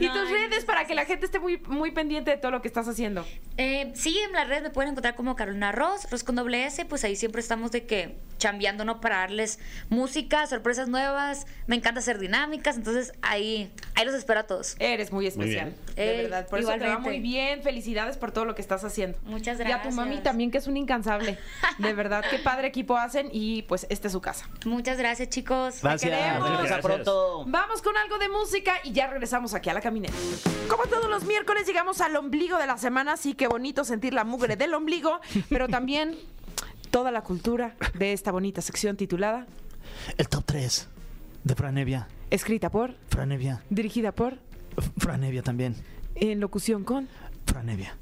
S2: Y
S5: No,
S2: tus
S5: ay,
S2: redes para que la gente esté muy, muy pendiente de todo lo que estás haciendo.
S5: Eh, sí, en las redes me pueden encontrar como Carolina Ross, Ross con doble S, pues ahí siempre estamos de que chambeándonos para darles música, sorpresas nuevas, me encanta hacer dinámicas, entonces ahí, ahí los espero a todos.
S2: Eres muy especial.
S4: bien.
S2: de
S5: Ey,
S2: verdad. Por eso te va
S5: Eh, igualmente.
S2: muy bien. Felicidades por todo lo que estás haciendo.
S5: Muchas
S2: Y a tu
S5: gracias.
S2: mami también, que es un incansable. De verdad, qué padre equipo hacen. Y pues, esta es su casa.
S5: Muchas gracias, chicos.
S3: Gracias.
S2: queremos.
S3: Hasta pronto.
S2: Vamos con algo de música y ya regresamos aquí a la caminera. Como todos los miércoles, llegamos al ombligo de la semana. Así que bonito sentir la mugre del ombligo, pero también toda la cultura de esta bonita sección titulada
S3: El top 3 de Franevia.
S2: Escrita por,
S3: Franevia.
S2: dirigida por,
S3: Franevia también.
S2: en locución con.
S3: Franevia.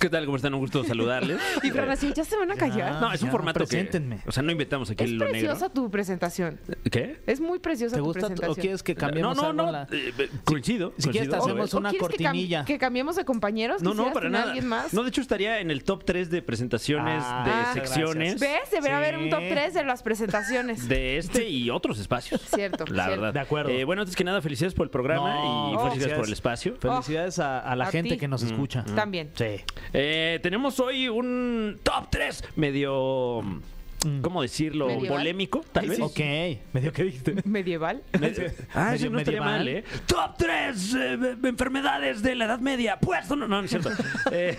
S4: ¿Qué tal? ¿Cómo están? Un gusto saludarles.
S2: [LAUGHS] Y Fran, así, ya se van a callar.
S4: No, es un
S3: Ya,
S4: formato
S3: preséntenme.
S4: que... O sea, no inventamos aquí
S2: Es
S4: lo negro.
S2: preciosa tu presentación.
S4: ¿Qué?
S2: Es muy preciosa
S3: ¿Te
S2: tu
S3: gusta tu- o
S2: presentación.
S3: quieres que cambiemos
S4: no, no,
S3: algo
S4: no.
S3: en la-
S4: eh, eh, coincido.
S3: si quieres te
S4: coincido.
S3: hacemos
S2: ¿O
S3: una
S2: quieres que cam-
S3: cortinilla.
S2: Que, cambiemos de compañeros.
S4: No, no,
S2: ¿Quisieras
S4: para
S2: tener a
S4: nada.
S2: alguien más?
S4: No, de hecho estaría en el top 3 de presentaciones
S3: Ah,
S2: gracias.
S4: de secciones
S2: ¿Ves? Debería haber un top
S3: Sí.
S2: 3 de las presentaciones.
S3: [LAUGHS]
S4: de este y otros espacios.
S2: Cierto,
S4: La
S2: cierto.
S4: verdad.
S3: De acuerdo.
S4: Eh, bueno, antes que nada, felicidades por el programa
S3: No,
S4: y
S2: Oh.
S4: felicidades por el espacio.
S3: Felicidades a, a la
S2: A
S3: gente
S2: ti.
S3: que nos escucha.
S2: También.
S3: Sí.
S4: Eh, tenemos hoy un top 3 medio.
S3: Mm.
S4: ¿Cómo decirlo?
S2: ¿Medieval?
S4: Polémico, tal vez.
S3: Ok.
S2: [LAUGHS]
S3: Medio que dijiste.
S2: Medieval.
S4: Ah,
S3: Medio
S4: eso no estaría
S3: medieval.
S4: mal, ¿eh? Top 3 enfermedades de la Edad Media. Puesto, no, no, no
S3: [LAUGHS]
S4: es cierto. Eh,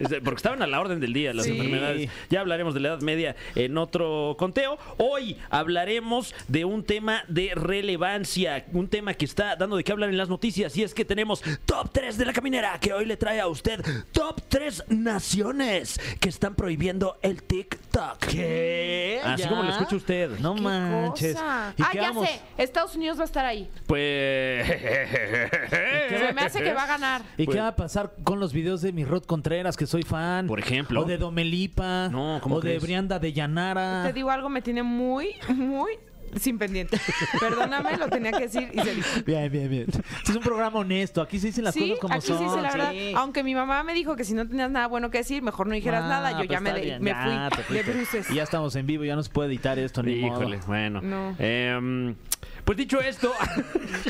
S4: este, porque estaban a la orden del día las
S2: Sí.
S4: enfermedades. Ya hablaremos de la Edad Media en otro conteo. Hoy hablaremos de un tema de relevancia, un tema que está dando de qué hablar en las noticias. Y es que tenemos Top 3 de la caminera, que hoy le trae a usted Top 3 naciones que están prohibiendo el TikTok. ¿Qué? Así
S3: ¿Ya?
S4: como lo escucha usted.
S3: [LAUGHS] No
S2: Ah, ¿Qué
S3: manches.
S2: cosa?
S3: ¿Y
S2: ah,
S3: qué
S2: ya
S3: vamos?
S2: sé. Estados Unidos va a estar ahí.
S4: Pues.
S2: Se me hace que va a ganar.
S3: ¿Y
S4: Pues-
S3: qué va a pasar con los videos de mi Rod Contreras, que soy fan?
S4: Por ejemplo.
S3: O de Domelipa.
S4: No, ¿cómo
S3: O
S4: crees?
S3: de Brianda de Llanara.
S2: Te digo algo, me tiene muy, muy sin
S3: [LAUGHS]
S2: pendiente. Perdóname, lo tenía que decir y se dijo.
S3: Bien, bien, bien. Este es un programa honesto. Aquí se dicen las
S2: sí,
S3: cosas como
S2: aquí
S3: son.
S2: sí, la
S3: Sí.
S2: verdad. Aunque mi mamá me dijo que si no tenías nada bueno que decir, mejor no dijeras
S3: Ah,
S2: nada. Yo
S3: pues
S2: ya me,
S3: está
S2: de-
S3: bien,
S2: me
S3: ya, te
S2: fui de
S3: fuiste.
S2: bruces.
S3: Y ya estamos en vivo, ya nos puede editar esto, ni
S4: Híjole,
S3: modo.
S4: bueno.
S2: No.
S4: Em, pues dicho esto, [LAUGHS]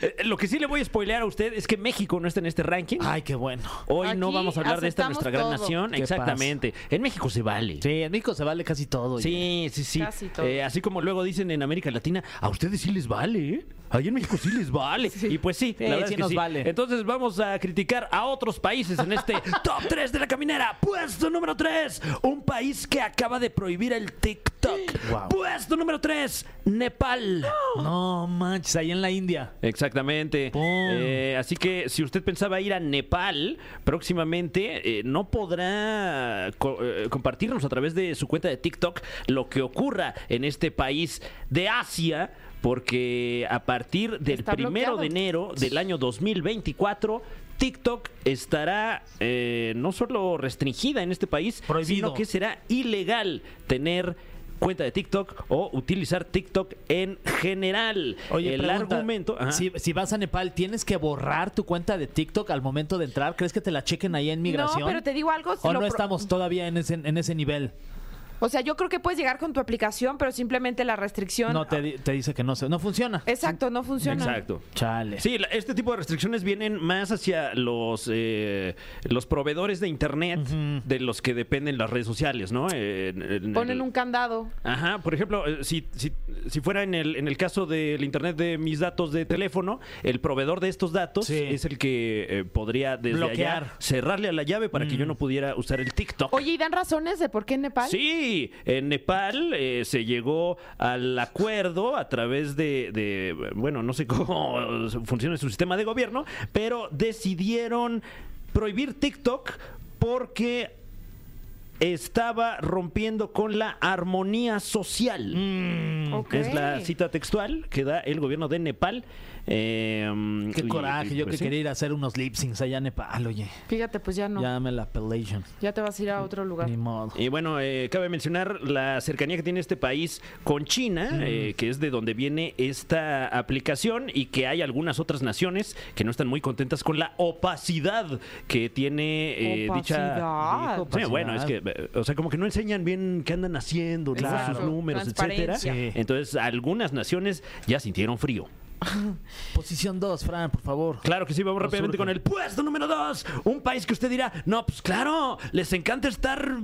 S4: eh, lo que sí le voy a spoilear a usted es que México no está en este ranking.
S3: Ay, qué bueno.
S4: Hoy no
S2: Aquí
S4: vamos a hablar de esta nuestra gran
S2: aceptamos todo.
S4: nación.
S3: Qué
S4: Exactamente. En México se vale.
S3: Sí, en México se vale casi todo.
S4: Sí, sí, sí.
S2: Casi todo.
S4: Eh, así como luego dicen en América Latina, a ustedes sí les vale, ¿eh? Ahí en México sí les vale. Y pues sí,
S3: [LAUGHS] Sí,
S4: la verdad
S3: sí
S4: es que
S3: nos vale.
S4: Entonces vamos a criticar a otros países
S3: [LAUGHS]
S4: en este top 3 de la caminera. Puesto número 3, un país que acaba de prohibir el TikTok.
S3: Wow.
S4: Puesto número 3, Nepal.
S3: No manches, ahí en la India.
S4: Exactamente.
S3: Pum.
S4: Eh, así que si usted pensaba ir a Nepal próximamente, eh, no podrá co- eh, compartirnos a través de su cuenta de TikTok lo que ocurra en este país de Asia. Porque a partir del
S2: Está
S4: primero
S2: bloqueado.
S4: de enero del año 2024, TikTok estará eh, no solo restringida en este país,
S3: Prohibido.
S4: sino que será ilegal tener cuenta de TikTok o utilizar TikTok en general
S3: Oye,
S4: el
S3: pregunta,
S4: argumento. ajá.
S3: Si, si vas a Nepal, ¿tienes que borrar tu cuenta de TikTok al momento de entrar? ¿Crees que te la chequen ahí en migración?
S2: No, pero te digo algo.
S3: ¿O
S2: lo
S3: no
S2: pro-
S3: estamos todavía en ese, en ese nivel?
S2: O sea, yo creo que puedes llegar con tu aplicación, pero simplemente la restricción.
S3: No, te, di- te dice que no se, no funciona.
S2: Exacto, no funciona.
S4: Exacto.
S3: Chale.
S4: Sí, la- este tipo de restricciones vienen más hacia los eh, los proveedores de internet de los que dependen las redes sociales, ¿no? Eh, en- en
S2: Ponen
S4: el-
S2: un candado.
S4: Ajá, por ejemplo, eh, si, si, si fuera en el, en el caso del internet de mis datos de teléfono, el proveedor de estos datos
S3: Sí.
S4: es el que eh, podría desde allá
S3: Bloquear.
S4: cerrarle a la llave para que yo no pudiera usar el TikTok.
S2: Oye, ¿y dan razones de por qué en Nepal?
S4: Sí, sí, en Nepal eh, se llegó al acuerdo a través de, de, bueno, no sé cómo [LAUGHS] funciona su sistema de gobierno, pero decidieron prohibir TikTok porque estaba rompiendo con la armonía social.
S2: Mm, Ok.
S4: Es la cita textual que da el gobierno de Nepal. Eh,
S3: Qué
S4: y-
S3: coraje,
S4: y
S3: yo
S4: pues
S3: que
S4: sí.
S3: quería ir a hacer unos lip syncs allá en Nepal, oye.
S2: Fíjate, pues ya no. Ya.
S3: Ya me la pelation.
S2: te vas a ir a otro lugar.
S3: Ni modo.
S4: Y bueno, eh, cabe mencionar la cercanía que tiene este país con China,
S2: Mm.
S4: eh, que es de donde viene esta aplicación y que hay algunas otras naciones que no están muy contentas con la opacidad que tiene eh, dicha.
S2: Opacidad.
S4: Sí, bueno, es que, eh, o sea, como que no enseñan bien qué andan haciendo, todos
S3: Claro.
S4: sus números, etcétera.
S2: Transparencia.
S3: Sí.
S4: Entonces, algunas naciones ya sintieron frío.
S3: Posición 2, Fran, por favor.
S4: Claro que sí, vamos rápidamente
S3: surge.
S4: con el puesto número 2. Un país que usted dirá, no, pues claro, les encanta estar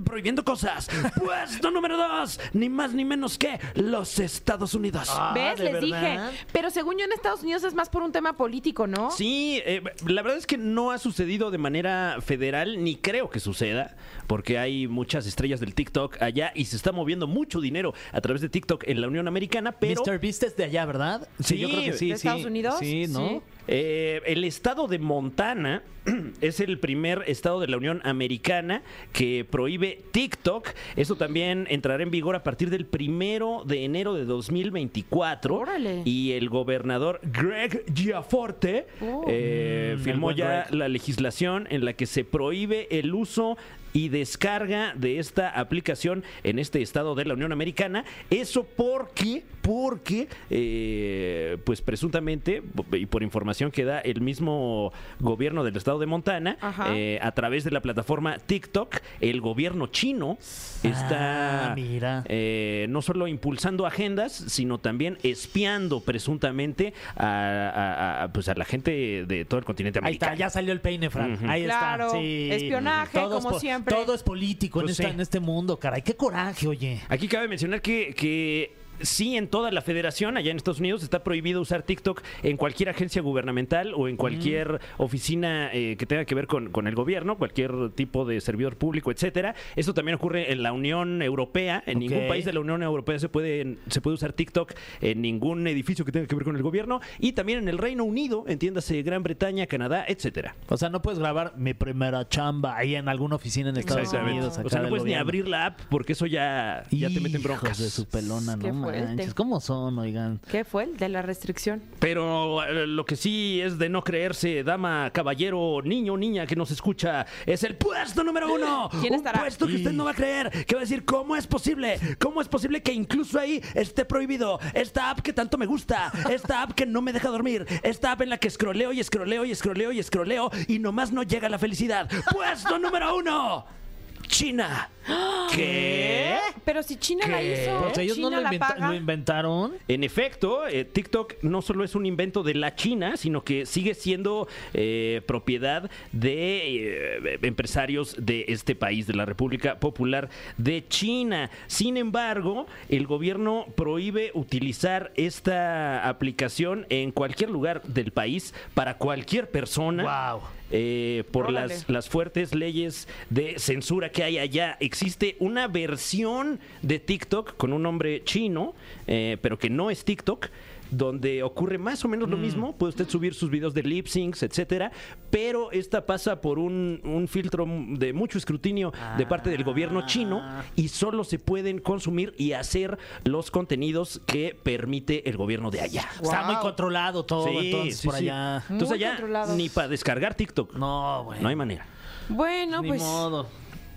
S3: [LAUGHS]
S4: prohibiendo cosas. puesto número 2, ni más ni menos que los Estados Unidos.
S3: Ah,
S2: ¿Ves?
S3: ¿de
S2: Les
S3: verdad?
S2: dije. Pero según yo en Estados Unidos es más por un tema político, ¿no?
S4: Sí, eh, la verdad es que no ha sucedido de manera federal, ni creo que suceda, porque hay muchas estrellas del TikTok allá y se está moviendo mucho dinero a través de TikTok en la Unión Americana, pero...
S3: Mr. Beast es de allá, ¿verdad?
S4: Sí,
S3: yo creo que sí.
S2: ¿De
S3: sí.
S2: Estados Unidos?
S3: Sí, ¿no?
S2: Sí.
S4: Eh, el estado de Montana [CLEARS THROAT] es el primer estado de la Unión Americana que prohíbe TikTok. Esto también entrará en vigor a partir del primero de enero de 2024.
S2: Órale.
S4: Y el gobernador Greg Giaforte
S2: Oh.
S4: eh,
S3: Mm,
S4: firmó
S3: el buen
S4: ya
S3: Greg.
S4: la legislación en la que se prohíbe el uso y descarga de esta aplicación en este estado de la Unión Americana. Eso porque, porque, eh, pues presuntamente, y por información que da el mismo gobierno del estado de Montana,
S2: Ajá.
S4: eh, a través de la plataforma TikTok, el gobierno chino está
S3: Ah, mira.
S4: eh, no solo impulsando agendas, sino también espiando presuntamente a, a- a, pues a la gente de todo el continente
S3: Ahí está,
S4: americano.
S3: ya salió el peine, Fran.
S4: Ujú.
S3: Ahí
S2: Claro,
S3: está. Sí.
S2: espionaje,
S3: Todo es
S2: como
S3: po-
S2: siempre.
S3: Todo es político en,
S4: Pues
S3: esta-
S4: sí.
S3: en este mundo, caray. Qué coraje, oye.
S4: Aquí cabe mencionar que, que sí en toda la federación, allá en Estados Unidos, está prohibido usar TikTok en cualquier agencia gubernamental o en cualquier
S3: Mm.
S4: oficina eh, que tenga que ver con, con el gobierno, cualquier tipo de servidor público, etcétera. Esto también ocurre en la Unión Europea. En ningún
S3: Ok.
S4: país de la Unión Europea se puede, se puede usar TikTok en ningún edificio que tenga que ver con el gobierno. Y también en el Reino Unido, entiéndase Gran Bretaña, Canadá, etcétera.
S3: O sea, no puedes grabar mi primera chamba ahí en alguna oficina en Estados
S2: Exactamente.
S3: Unidos.
S4: o
S3: acá
S4: sea, no
S3: del
S4: puedes ni
S3: gobierno.
S4: abrir la app porque eso ya, ya te meten
S3: Hijos
S4: broncas.
S3: de su pelona,
S2: Qué
S3: no
S2: fuerte.
S3: manches. ¿Cómo son, oigan?
S2: ¿Qué fue el de la restricción?
S4: Pero eh, lo que sí es de no creerse, dama, caballero, niño, niña que nos escucha, es el puesto número uno.
S2: ¿Quién
S4: Un
S2: estará?
S4: puesto que usted no va a creer, que va a decir, ¿cómo es posible? ¿Cómo es posible que incluso ahí esté prohibido? Esta app que tanto me gusta, esta app que no me deja dormir, esta app en la que escroleo y escroleo y escroleo y escroleo y nomás no llega la felicidad. Puesto número uno. China. ¿Qué?
S3: ¿Eh?
S2: Pero si China la
S4: ¿Qué?
S2: hizo,
S3: Pues ellos
S2: China
S3: no lo,
S2: la
S3: inventa-
S2: paga.
S3: lo inventaron.
S4: En efecto, eh, TikTok no solo es un invento de la China, sino que sigue siendo eh, propiedad de eh, empresarios de este país, de la República Popular de China. Sin embargo, el gobierno prohíbe utilizar esta aplicación en cualquier lugar del país para cualquier persona.
S3: Guau.
S4: Eh, por
S2: Órale.
S4: las, las fuertes leyes de censura que hay allá. Existe una versión de TikTok con un nombre chino, eh, pero que no es TikTok, donde ocurre más o menos
S2: Mm.
S4: lo mismo. Puede usted subir sus videos de lip syncs, etcétera, pero esta pasa por un, un filtro de mucho escrutinio de parte del gobierno chino
S2: Ah.
S4: y solo se pueden consumir y hacer los contenidos que permite el gobierno de allá.
S3: Está
S2: Guau.
S3: muy controlado todo,
S4: Sí,
S3: entonces,
S4: sí,
S3: por
S4: sí.
S3: allá.
S4: Entonces
S2: Muy
S4: allá
S2: controlados.
S4: ni para descargar TikTok.
S3: No, güey.
S4: No hay manera.
S2: Bueno,
S3: Ni
S2: pues.
S3: modo.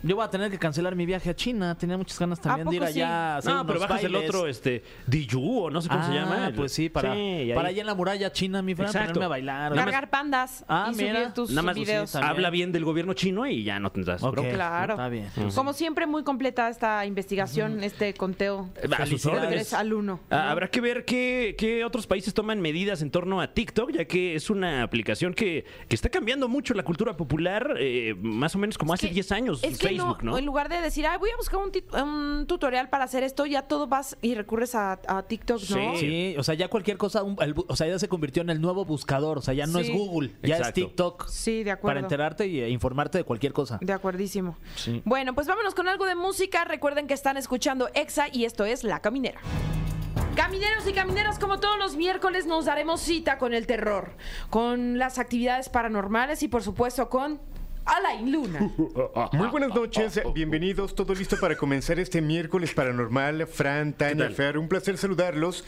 S3: Yo voy a tener que cancelar mi viaje a China. Tenía muchas ganas también de ir
S2: poco sí?
S3: allá. a hacer
S4: No, pero
S3: unos
S4: bajas el
S3: bailes.
S4: otro, este, Diyu, o no sé cómo se
S3: Ah,
S4: llama.
S3: Pues sí, para,
S4: Sí, ahí.
S3: para allá en la muralla china, mi Fran,
S4: Exacto.
S3: ponerme a bailar. oye.
S2: Cargar pandas
S3: Ah,
S2: y
S3: mira.
S2: subir tus
S4: Nada más
S2: videos.
S3: sí,
S4: habla bien del gobierno chino y ya no tendrás
S3: Ok.
S4: bronca.
S2: Claro.
S3: Está bien.
S2: Como siempre, muy completa esta investigación, este conteo.
S4: A sus
S3: Felicidades.
S4: órdenes.
S2: Tres al uno.
S4: Ah, Habrá que ver qué, qué otros países toman medidas en torno a TikTok, ya que es una aplicación que, que está cambiando mucho la cultura popular, eh, más o menos como hace
S2: que-
S4: 10 años.
S2: Es que
S4: Facebook, ¿no?
S2: En lugar de decir, ay, voy a buscar un, tit- un tutorial para hacer esto, ya todo vas y recurres a, a TikTok, ¿no?
S3: Sí, o sea, ya cualquier cosa, un- el bu- o sea, ya se convirtió en el nuevo buscador, o sea, ya no
S2: Sí.
S3: es Google, ya es
S4: Exacto.
S3: TikTok.
S2: Sí, de
S3: Para
S2: acuerdo.
S3: enterarte y- e informarte de cualquier cosa.
S2: De acuerdísimo.
S3: Sí.
S2: Bueno, pues vámonos con algo de música. Recuerden que están escuchando EXA y esto es La Caminera. Camineros y camineras, como todos los miércoles, nos daremos cita con el terror, con las actividades paranormales y, por supuesto, con Alain
S3: [LAUGHS]
S2: Luna.
S6: Muy buenas
S3: Oh,
S6: noches, bienvenidos, todo listo para comenzar este miércoles paranormal. Fran, Tania,
S4: tal?
S6: Fer, un placer saludarlos.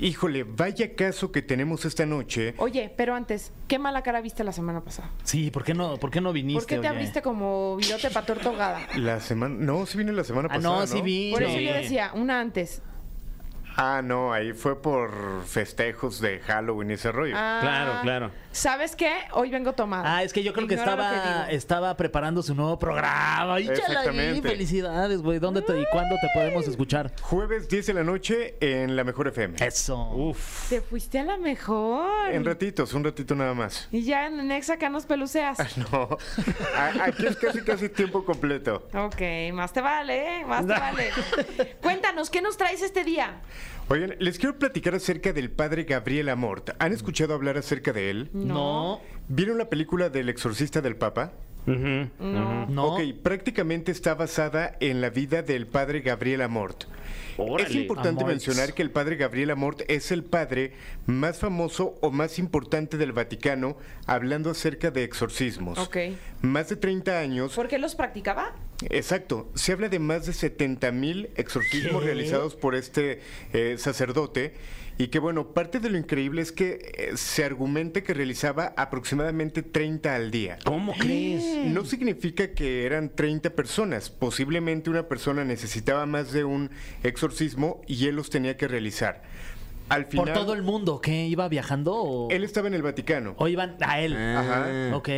S6: Híjole, vaya caso que tenemos esta noche.
S2: Oye, pero antes, qué mala cara viste la semana pasada.
S3: Sí, ¿por qué no, por qué no viniste?
S2: ¿Por qué te
S3: oye?
S2: abriste como virote para tortogada?
S6: La semana. No, sí vine la semana
S3: Ah,
S6: pasada.
S3: no, sí vine.
S2: Por eso yo
S3: Sí.
S2: decía, una antes.
S6: Ah, no, ahí fue por festejos de Halloween y ese rollo.
S2: Ah,
S4: Claro, claro.
S2: ¿Sabes qué? Hoy vengo tomada.
S3: Ah, es que yo creo que
S2: Ignora lo
S3: estaba,
S2: que digo.
S3: estaba preparando su nuevo programa. ¡Ay, chalala!
S6: Exactamente.
S3: Felicidades, güey. ¿Dónde te y cuándo te podemos escuchar?
S6: Jueves 10 de la noche en la Mejor FM.
S3: Eso.
S4: Uf.
S2: Te fuiste a la mejor.
S6: En ratitos, un ratito nada más. [LAUGHS]
S2: Y ya en Nexa acá nos peluceas.
S6: No, a- aquí es casi casi tiempo completo.
S2: Ok, más te vale, ¿eh? más te vale. Cuéntanos, ¿qué nos traes este día?
S6: Oigan, les quiero platicar acerca del padre Gabriel Amort. ¿Han escuchado hablar acerca de él?
S3: No,
S6: ¿Vieron la película del exorcista del Papa?
S4: Ujú.
S3: no.
S6: Ok, prácticamente está basada en la vida del padre Gabriel Amort. es
S4: Órale.
S6: importante
S3: Amort.
S6: mencionar que el padre Gabriel Amort es el padre más famoso o más importante del Vaticano hablando acerca de exorcismos.
S2: Ok.
S6: Más de 30 años.
S2: ¿Por qué los practicaba?
S6: Exacto, se habla de más de 70 mil exorcismos realizados por este eh, sacerdote y que bueno, parte de lo increíble es que eh, se argumenta que realizaba aproximadamente 30 al día.
S2: [GASPS]
S4: ¿Cómo crees?
S6: No significa que eran 30 personas, posiblemente una persona necesitaba más de un exorcismo y él los tenía que realizar. Al final,
S3: ¿Por todo el mundo? ¿Qué? ¿Iba viajando o,
S6: él estaba en el Vaticano.
S3: o iban a él?
S6: Ajá.
S3: ah, Ok.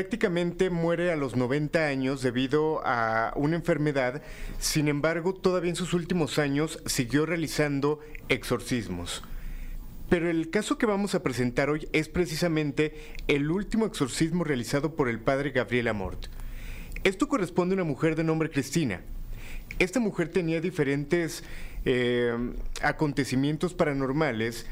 S6: Prácticamente muere a los 90 años debido a una enfermedad, sin embargo todavía en sus últimos años siguió realizando exorcismos. Pero el caso que vamos a presentar hoy es precisamente el último exorcismo realizado por el padre Gabriel Amort. Esto corresponde a una mujer de nombre Cristina. Esta mujer tenía diferentes eh, acontecimientos paranormales,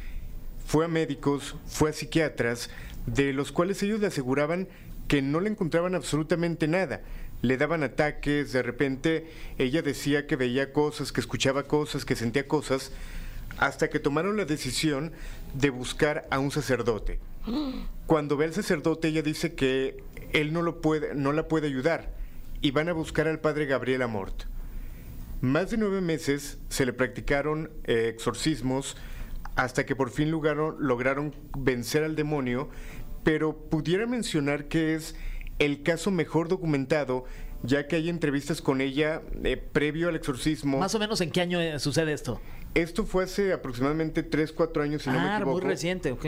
S6: fue a médicos, fue a psiquiatras, de los cuales ellos le aseguraban que no le encontraban absolutamente nada. Le daban ataques, de repente ella decía que veía cosas, que escuchaba cosas, que sentía cosas, hasta que tomaron la decisión de buscar a un sacerdote. Cuando ve al sacerdote, ella dice que él no, lo puede, no la puede ayudar y van a buscar al padre Gabriel Amort. Más de nueve meses se le practicaron eh, exorcismos hasta que por fin lugaron- lograron vencer al demonio, pero pudiera mencionar que es el caso mejor documentado, ya que hay entrevistas con ella eh, previo al exorcismo.
S3: Más o menos en qué año eh, sucede esto.
S6: Esto fue hace aproximadamente 3, 4 años, si no me
S3: ah,
S6: equivoco.
S3: muy reciente, ok.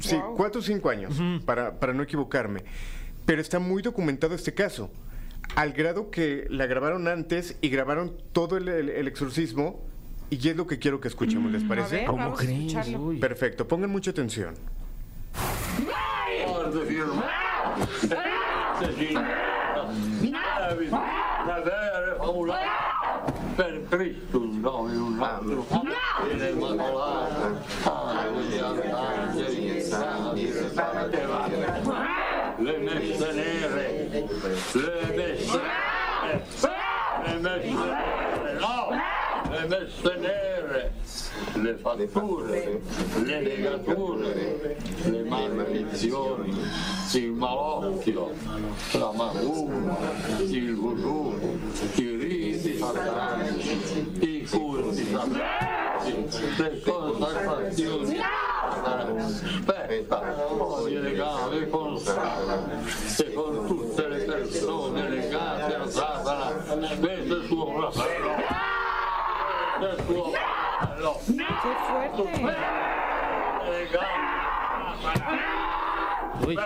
S6: Sí, cuatro o cinco años, para, para no equivocarme. Pero está muy documentado este caso. Al grado que la grabaron antes y grabaron todo el, el- el exorcismo, y es lo que quiero que escuchemos, ¿les
S2: Mm, A
S6: parece?
S2: ver, vamos a escucharlo.
S6: Perfecto, pongan mucha atención.
S7: Per Cristo, no, non Le messe nere, le messe nere, le messe nere, no, le messe nere, le fatture, le legature, le maledizioni, il malocchio, la maguna, il vudù, i riti satanici, i culti satanici, le consacrazioni. Aspetta, voglio legare con Satana e con tutte le persone legate a Satana, spese il suo fratello, spese il suo fratello,
S2: ¡Qué fuerte!
S7: legate a Satana.
S3: Uy.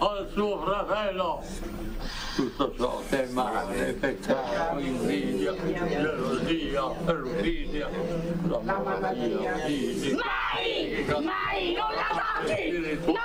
S7: Al suo fratello tutto ciò che è male, peccato, invidia, gelosia, perfidia, la malattia, di
S8: Mai! Mai! Non la tocchi! Non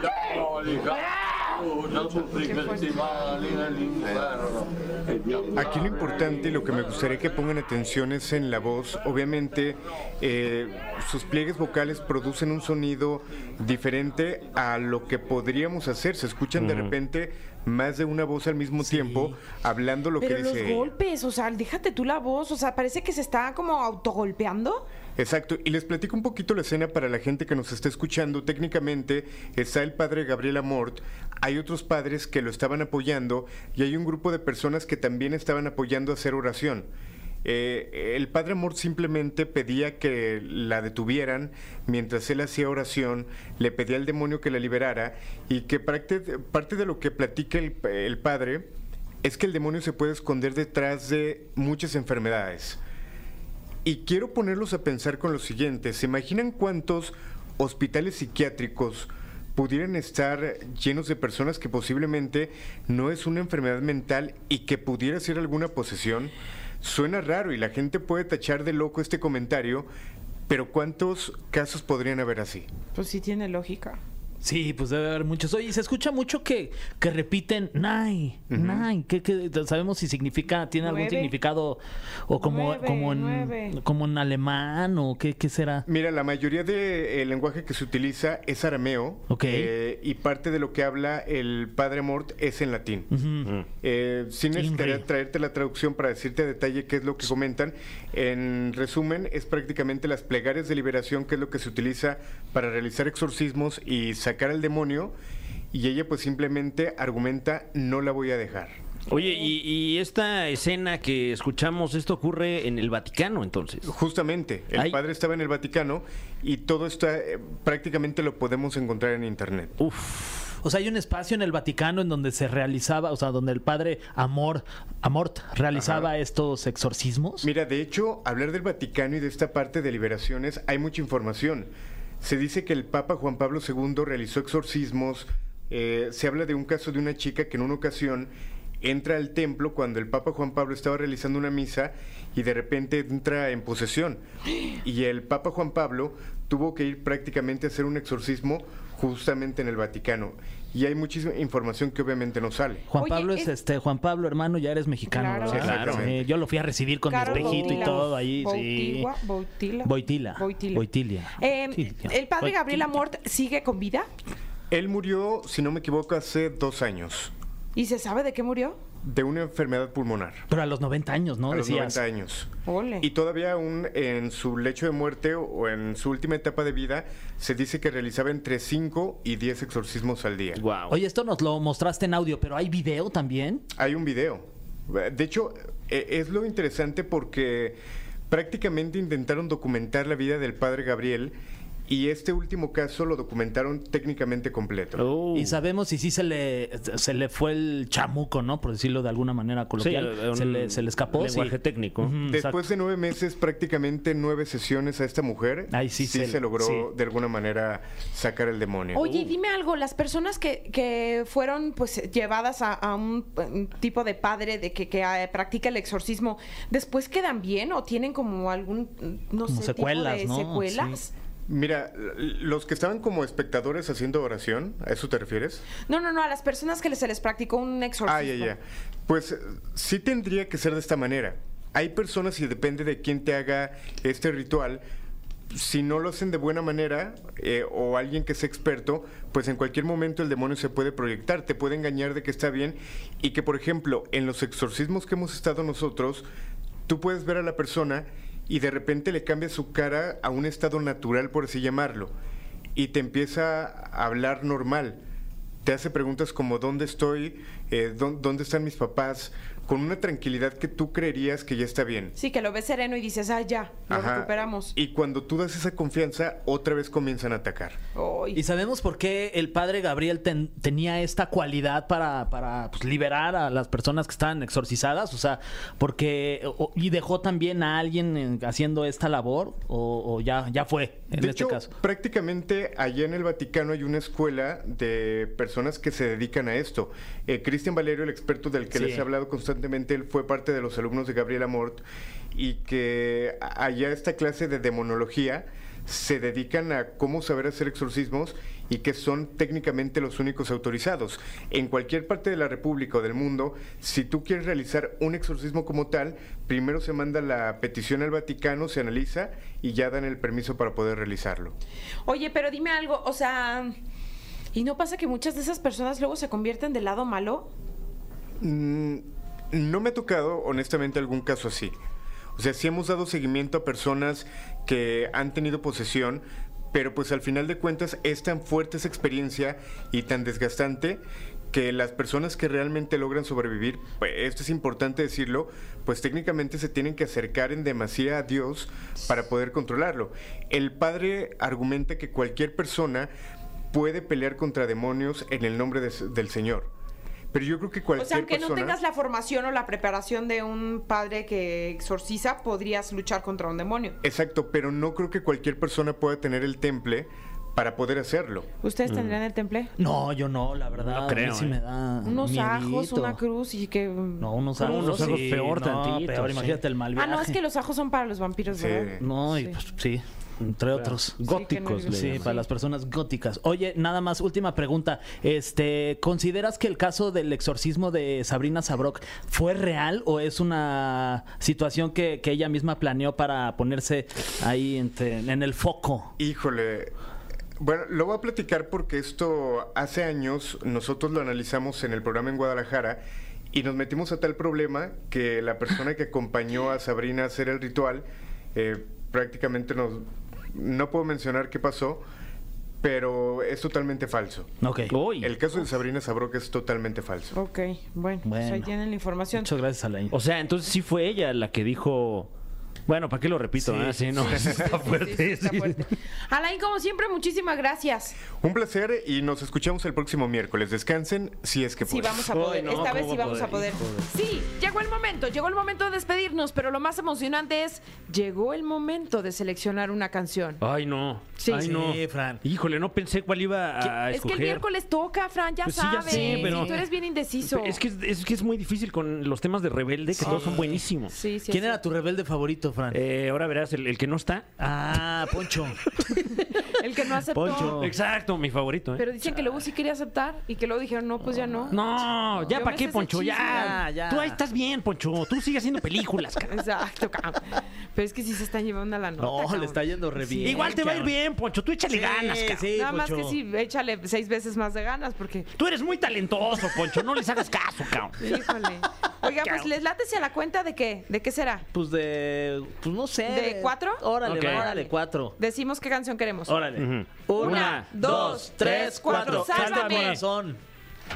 S7: diabolica,
S8: la
S7: usa tutti questi mali nell'inferno. e diavolo.
S6: Aquí lo importante y lo que me gustaría que pongan atención es en la voz. Obviamente, eh, sus pliegues vocales producen un sonido diferente a lo que podríamos hacer. Se escuchan de repente más de una voz al mismo tiempo hablando lo
S2: Pero
S6: que
S2: los
S6: dice. ella.
S2: golpes, o sea, déjate tú la voz, o sea, parece que se está como autogolpeando.
S6: Exacto, y les platico un poquito la escena para la gente que nos está escuchando. Técnicamente está el padre Gabriel Amort, hay otros padres que lo estaban apoyando y hay un grupo de personas que también estaban apoyando a hacer oración. Eh, el padre Amort simplemente pedía que la detuvieran mientras él hacía oración, le pedía al demonio que la liberara y que parte, parte de lo que platica el- el padre es que el demonio se puede esconder detrás de muchas enfermedades. Y quiero ponerlos a pensar con lo siguiente. ¿Se imaginan cuántos hospitales psiquiátricos pudieran estar llenos de personas que posiblemente no es una enfermedad mental y que pudiera ser alguna posesión? Suena raro y la gente puede tachar de loco este comentario, pero ¿cuántos casos podrían haber así?
S2: Pues sí tiene lógica.
S3: Sí, pues debe haber muchos. Oye, se escucha mucho que, que repiten nai, nai. ¿Qué, qué- sabemos si significa, tiene algún
S2: Nueve.
S3: significado o como,
S2: Nueve,
S3: como, en,
S2: nueve.
S3: como en alemán o qué, qué será?
S6: Mira, la mayoría del lenguaje que se utiliza es arameo
S3: Ok.
S6: eh, y parte de lo que habla el padre Mort es en latín. Eh, sí necesitaría
S3: Inri.
S6: traerte la traducción para decirte a detalle qué es lo que comentan. En resumen, es prácticamente las plegarias de liberación, que es lo que se utiliza para realizar exorcismos y sacar al demonio. Y ella pues simplemente argumenta, no la voy a dejar.
S4: Oye, y, y esta escena que escuchamos, esto ocurre en el Vaticano, entonces.
S6: Justamente, el
S4: Ay.
S6: padre estaba en el Vaticano y todo está, eh, prácticamente lo podemos encontrar en internet.
S3: O sea, hay un espacio en el Vaticano en donde se realizaba, o sea, donde el padre Amor, Amort realizaba estos exorcismos.
S6: Mira, de hecho, hablar del Vaticano y de esta parte de liberaciones hay mucha información. Se dice que el Papa Juan Pablo II realizó exorcismos. eh, se habla de un caso de una chica que en una ocasión entra al templo cuando el Papa Juan Pablo estaba realizando una misa y de repente entra en posesión. Y el Papa Juan Pablo tuvo que ir prácticamente a hacer un exorcismo justamente en el Vaticano. Y hay muchísima información que obviamente no sale.
S3: Juan
S2: Oye,
S3: Pablo es,
S2: es-
S3: este, Juan Pablo, hermano, ya eres mexicano,
S2: Claro.
S3: ¿verdad?
S6: Sí, claro.
S3: Sí, yo lo fui a recibir con
S2: Carol
S3: mi espejito y
S2: Bautila.
S3: todo ahí,
S2: Bautigua,
S3: sí.
S2: Bautila.
S3: Boitila.
S2: Boitila.
S3: Boitilia.
S2: Eh,
S3: Boitilia.
S2: ¿El padre Gabriel
S3: Boitilia.
S2: Amort sigue con vida?
S6: Él murió, si no me equivoco, hace dos años
S2: ¿Y se sabe de qué murió?
S6: de una enfermedad pulmonar.
S3: Pero a los 90 años, ¿no?
S6: a los
S3: Decías.
S6: 90 años.
S2: Ole.
S6: Y todavía aún en su lecho de muerte o en su última etapa de vida se dice que realizaba entre 5 y 10 exorcismos al día.
S4: Wow.
S3: Oye, esto nos lo mostraste en audio, pero hay video también.
S6: Hay un video. De hecho, e- es lo interesante porque prácticamente intentaron documentar la vida del padre Gabriel y este último caso lo documentaron técnicamente completo.
S3: Y sabemos si sí se le, se le fue el chamuco, ¿no? Por decirlo de alguna manera coloquial. se, le, se le escapó. sí.
S4: Lenguaje técnico.
S3: Ujú,
S6: Después
S3: exacto.
S6: de nueve meses, prácticamente nueve sesiones a esta mujer,
S3: Ahí sí se-
S6: se, logró
S3: sí.
S6: de alguna manera sacar el demonio.
S2: Oye, dime algo, las personas que, que fueron pues llevadas a, a un, un tipo de padre de que, que, eh, practica el exorcismo, ¿después quedan bien o tienen como algún, no
S3: Como
S2: sé,
S3: secuelas,
S2: tipo
S3: ¿no?
S2: de secuelas?
S3: Sí.
S6: Mira, l- los que estaban como espectadores haciendo oración, ¿a eso te refieres?
S2: No, no, no, a las personas que se les practicó un exorcismo.
S6: Ah, ya, ya. Pues eh, sí tendría que ser de esta manera. Hay personas y depende de quién te haga este ritual. Si no lo hacen de buena manera eh, o alguien que sea experto, pues en cualquier momento el demonio se puede proyectar, te puede engañar de que está bien y que, por ejemplo, en los exorcismos que hemos estado nosotros, tú puedes ver a la persona y de repente le cambia su cara a un estado natural, por así llamarlo, y te empieza a hablar normal te hace preguntas como dónde estoy, Eh, ¿dó- dónde están mis papás, con una tranquilidad que tú creerías que ya está bien.
S2: Sí, que lo ves sereno y dices, ah, ya, lo
S6: Ajá.
S2: recuperamos.
S6: Y cuando tú das esa confianza, otra vez comienzan a atacar.
S2: Ay.
S3: Y sabemos por qué el padre Gabriel ten- tenía esta cualidad para, para, pues, liberar a las personas que estaban exorcizadas, o sea, porque o- y dejó también a alguien en- haciendo esta labor o, o ya ya fue en
S6: de
S3: este
S6: hecho,
S3: caso.
S6: prácticamente allá en el Vaticano hay una escuela de personas que se dedican a esto. Eh, Cristian Valerio, el experto del que
S3: Sí.
S6: les he hablado constantemente, él fue parte de los alumnos de Gabriela Mort y que a- allá esta clase de demonología se dedican a cómo saber hacer exorcismos y que son técnicamente los únicos autorizados. En cualquier parte de la República o del mundo, si tú quieres realizar un exorcismo como tal, primero se manda la petición al Vaticano, se analiza y ya dan el permiso para poder realizarlo.
S2: Oye, pero dime algo, o sea, ¿y no pasa que muchas de esas personas luego se convierten del lado malo?
S6: Mm, No me ha tocado, honestamente, algún caso así. O sea, sí hemos dado seguimiento a personas que han tenido posesión, pero pues al final de cuentas es tan fuerte esa experiencia y tan desgastante que las personas que realmente logran sobrevivir, pues, esto es importante decirlo, pues técnicamente se tienen que acercar en demasía a Dios para poder controlarlo. El padre argumenta que cualquier persona puede pelear contra demonios en el nombre de- del Señor. Pero yo creo que
S2: O
S6: cualquier
S2: sea, aunque no
S6: persona-
S2: tengas la formación o la preparación de un padre que exorciza, podrías luchar contra un demonio.
S6: Exacto, pero no creo que cualquier persona pueda tener el temple para poder hacerlo.
S2: ¿Ustedes tendrían el temple?
S3: No, yo no, la verdad,
S4: No
S3: a mí
S4: creo,
S3: sí
S4: ¿eh?
S3: me da
S2: Unos ajos,
S3: miedito.
S2: una cruz y que...
S3: No, unos ajos,
S4: unos ajos
S3: sí,
S4: peor
S3: no,
S4: tantito,
S3: peor,
S4: sí.
S3: imagínate el mal
S2: Ah, no, es
S3: viaje.
S2: que los ajos son para los vampiros,
S6: Sí.
S2: ¿verdad?
S3: No, y
S2: Sí.
S3: pues sí, entre otros.
S4: Góticos,
S2: que no-
S4: le
S3: Sí,
S4: llaman.
S3: para las personas góticas. Oye, nada más, última pregunta. Este, ¿consideras que el caso del exorcismo de Sabrina Sabrok fue real o es una situación que, que ella misma planeó para ponerse ahí entre- en el foco?
S6: Híjole. Bueno, lo voy a platicar porque esto hace años nosotros lo analizamos en el programa en Guadalajara y nos metimos a tal problema que la persona que acompañó a Sabrina a hacer el ritual eh, prácticamente nos... No puedo mencionar qué pasó, pero es totalmente falso.
S3: Ok.
S4: Uy.
S6: El caso de Sabrina Sabró que es totalmente falso.
S2: Ok, bueno, pues
S3: Bueno.
S2: ahí tienen la información.
S3: Muchas gracias, Alain.
S4: O sea, entonces sí fue ella la que dijo. Bueno, ¿para qué lo repito?
S3: Sí,
S4: ah? Sí, no. está
S2: Sí, sí,
S4: fuerte.
S2: está fuerte. Alain, como siempre, muchísimas gracias.
S6: Un placer y nos escuchamos el próximo miércoles. Descansen si es que
S2: Sí,
S6: pueden.
S2: vamos a
S4: Ay,
S2: poder.
S4: no,
S2: Esta vez
S4: ¿cómo
S2: sí
S4: va a
S2: vamos a
S4: poder?
S2: poder. Sí, llegó el momento, llegó el momento de despedirnos, pero lo más emocionante es, llegó el momento de seleccionar una canción.
S4: [LAUGHS] Ay, no.
S2: Sí.
S4: Ay, no.
S3: Sí, Fran.
S4: Híjole, no pensé cuál iba a
S2: es que
S4: escoger.
S2: el miércoles toca, Fran, ya
S4: Pues sí, ya
S2: sabes.
S4: sé, pero-
S2: Tú eres bien indeciso.
S4: Es que es, es que es muy difícil con los temas de rebelde, que todos son buenísimos.
S2: Sí, sí,
S3: ¿Quién
S2: es
S3: era tu rebelde favorito, Fran?
S4: Eh, ahora verás, el, el que no está.
S3: Ah,
S2: [LAUGHS]
S3: Poncho.
S2: cierto. El que no aceptó.
S3: Poncho.
S4: Exacto, mi favorito. ¿eh?
S2: Pero dicen que luego sí quería aceptar y que luego dijeron, no, pues ya no.
S4: No, ya
S2: Yo
S4: para
S2: me sé
S4: qué,
S2: ese
S4: Poncho,
S2: chisme.
S4: ya.
S3: Ya, ya.
S4: Tú ahí estás bien, Poncho. Tú sigues haciendo
S2: [LAUGHS]
S4: películas, cara.
S2: Exacto, cabrón. Pero es que sí se están llevando a la nota.
S3: No,
S2: cabrón.
S3: le está yendo re
S2: Sí.
S3: bien.
S4: Igual te va a ir
S3: cabrón.
S4: bien, Poncho. Tú échale
S3: Sí,
S4: ganas, cara.
S3: sí,
S2: Nada más que
S3: Poncho.
S2: sí, échale seis veces más de ganas porque...
S4: Tú eres muy talentoso, Poncho. No les hagas caso, cabrón.
S2: Híjole. Oiga, pues les látese a la cuenta de qué, de qué será.
S3: Pues de. Pues no sé.
S2: ¿De cuatro?
S3: Órale,
S4: Ok.
S3: va, órale, cuatro.
S2: Decimos qué canción queremos.
S3: Órale.
S4: Ujú.
S2: Una, dos, tres, cuatro.
S3: Canta
S2: ¡Sálvame!
S3: corazón.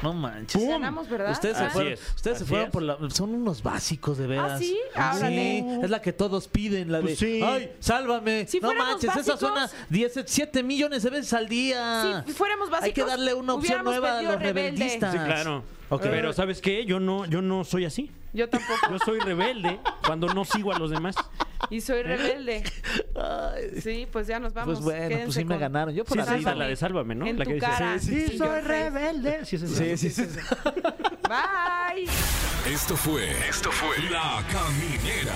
S3: No manches.
S4: ¡Pum!
S2: Ganamos, ¿verdad?
S3: Ustedes se
S4: Así
S3: fueron,
S4: es,
S3: ustedes se
S4: así
S3: fueron
S4: es.
S3: por la. Son unos básicos de veras.
S2: ¿Ah, sí?
S3: Sí,
S2: Órale.
S3: es la que todos piden, la de.
S4: Pues sí.
S3: ¡Ay, sálvame!
S2: Si
S3: no
S2: fuéramos
S3: manches, esa
S2: básicos- pues,
S3: suena 17 millones de veces al día.
S2: Si fuéramos básicos,
S3: Ah, Hay que darle una opción
S2: hubiéramos
S3: nueva a
S2: perdido
S3: los
S2: Rebelde.
S3: rebeldistas.
S4: Sí, claro.
S3: Ok.
S4: Pero ¿sabes qué? Yo no, yo no soy así.
S2: Yo tampoco.
S4: Yo soy rebelde ¿Eh? cuando no sigo a los demás.
S2: [LAUGHS] Y soy rebelde.
S3: Ay,
S2: Sí, pues ya nos vamos.
S3: pues bueno,
S2: Quédense
S3: pues sí me
S2: con-
S3: ganaron. Yo por
S4: Sí,
S3: la
S4: es esa,
S3: vida.
S4: la de Sálvame, ¿no?
S2: En
S4: la
S2: tu cara. Sí, sí,
S4: soy
S2: sí.
S4: rebelde. Sí, es esa.
S3: Sí, sí, sí. sí. [LAUGHS]
S2: Bye.
S1: Esto fue. Esto fue. La Caminera.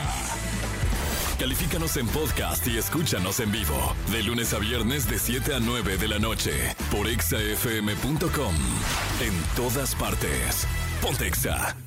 S1: Califícanos en podcast y escúchanos en vivo. De lunes a viernes, de 7 a 9 de la noche. Por exafm.com. En todas partes. Pontexa.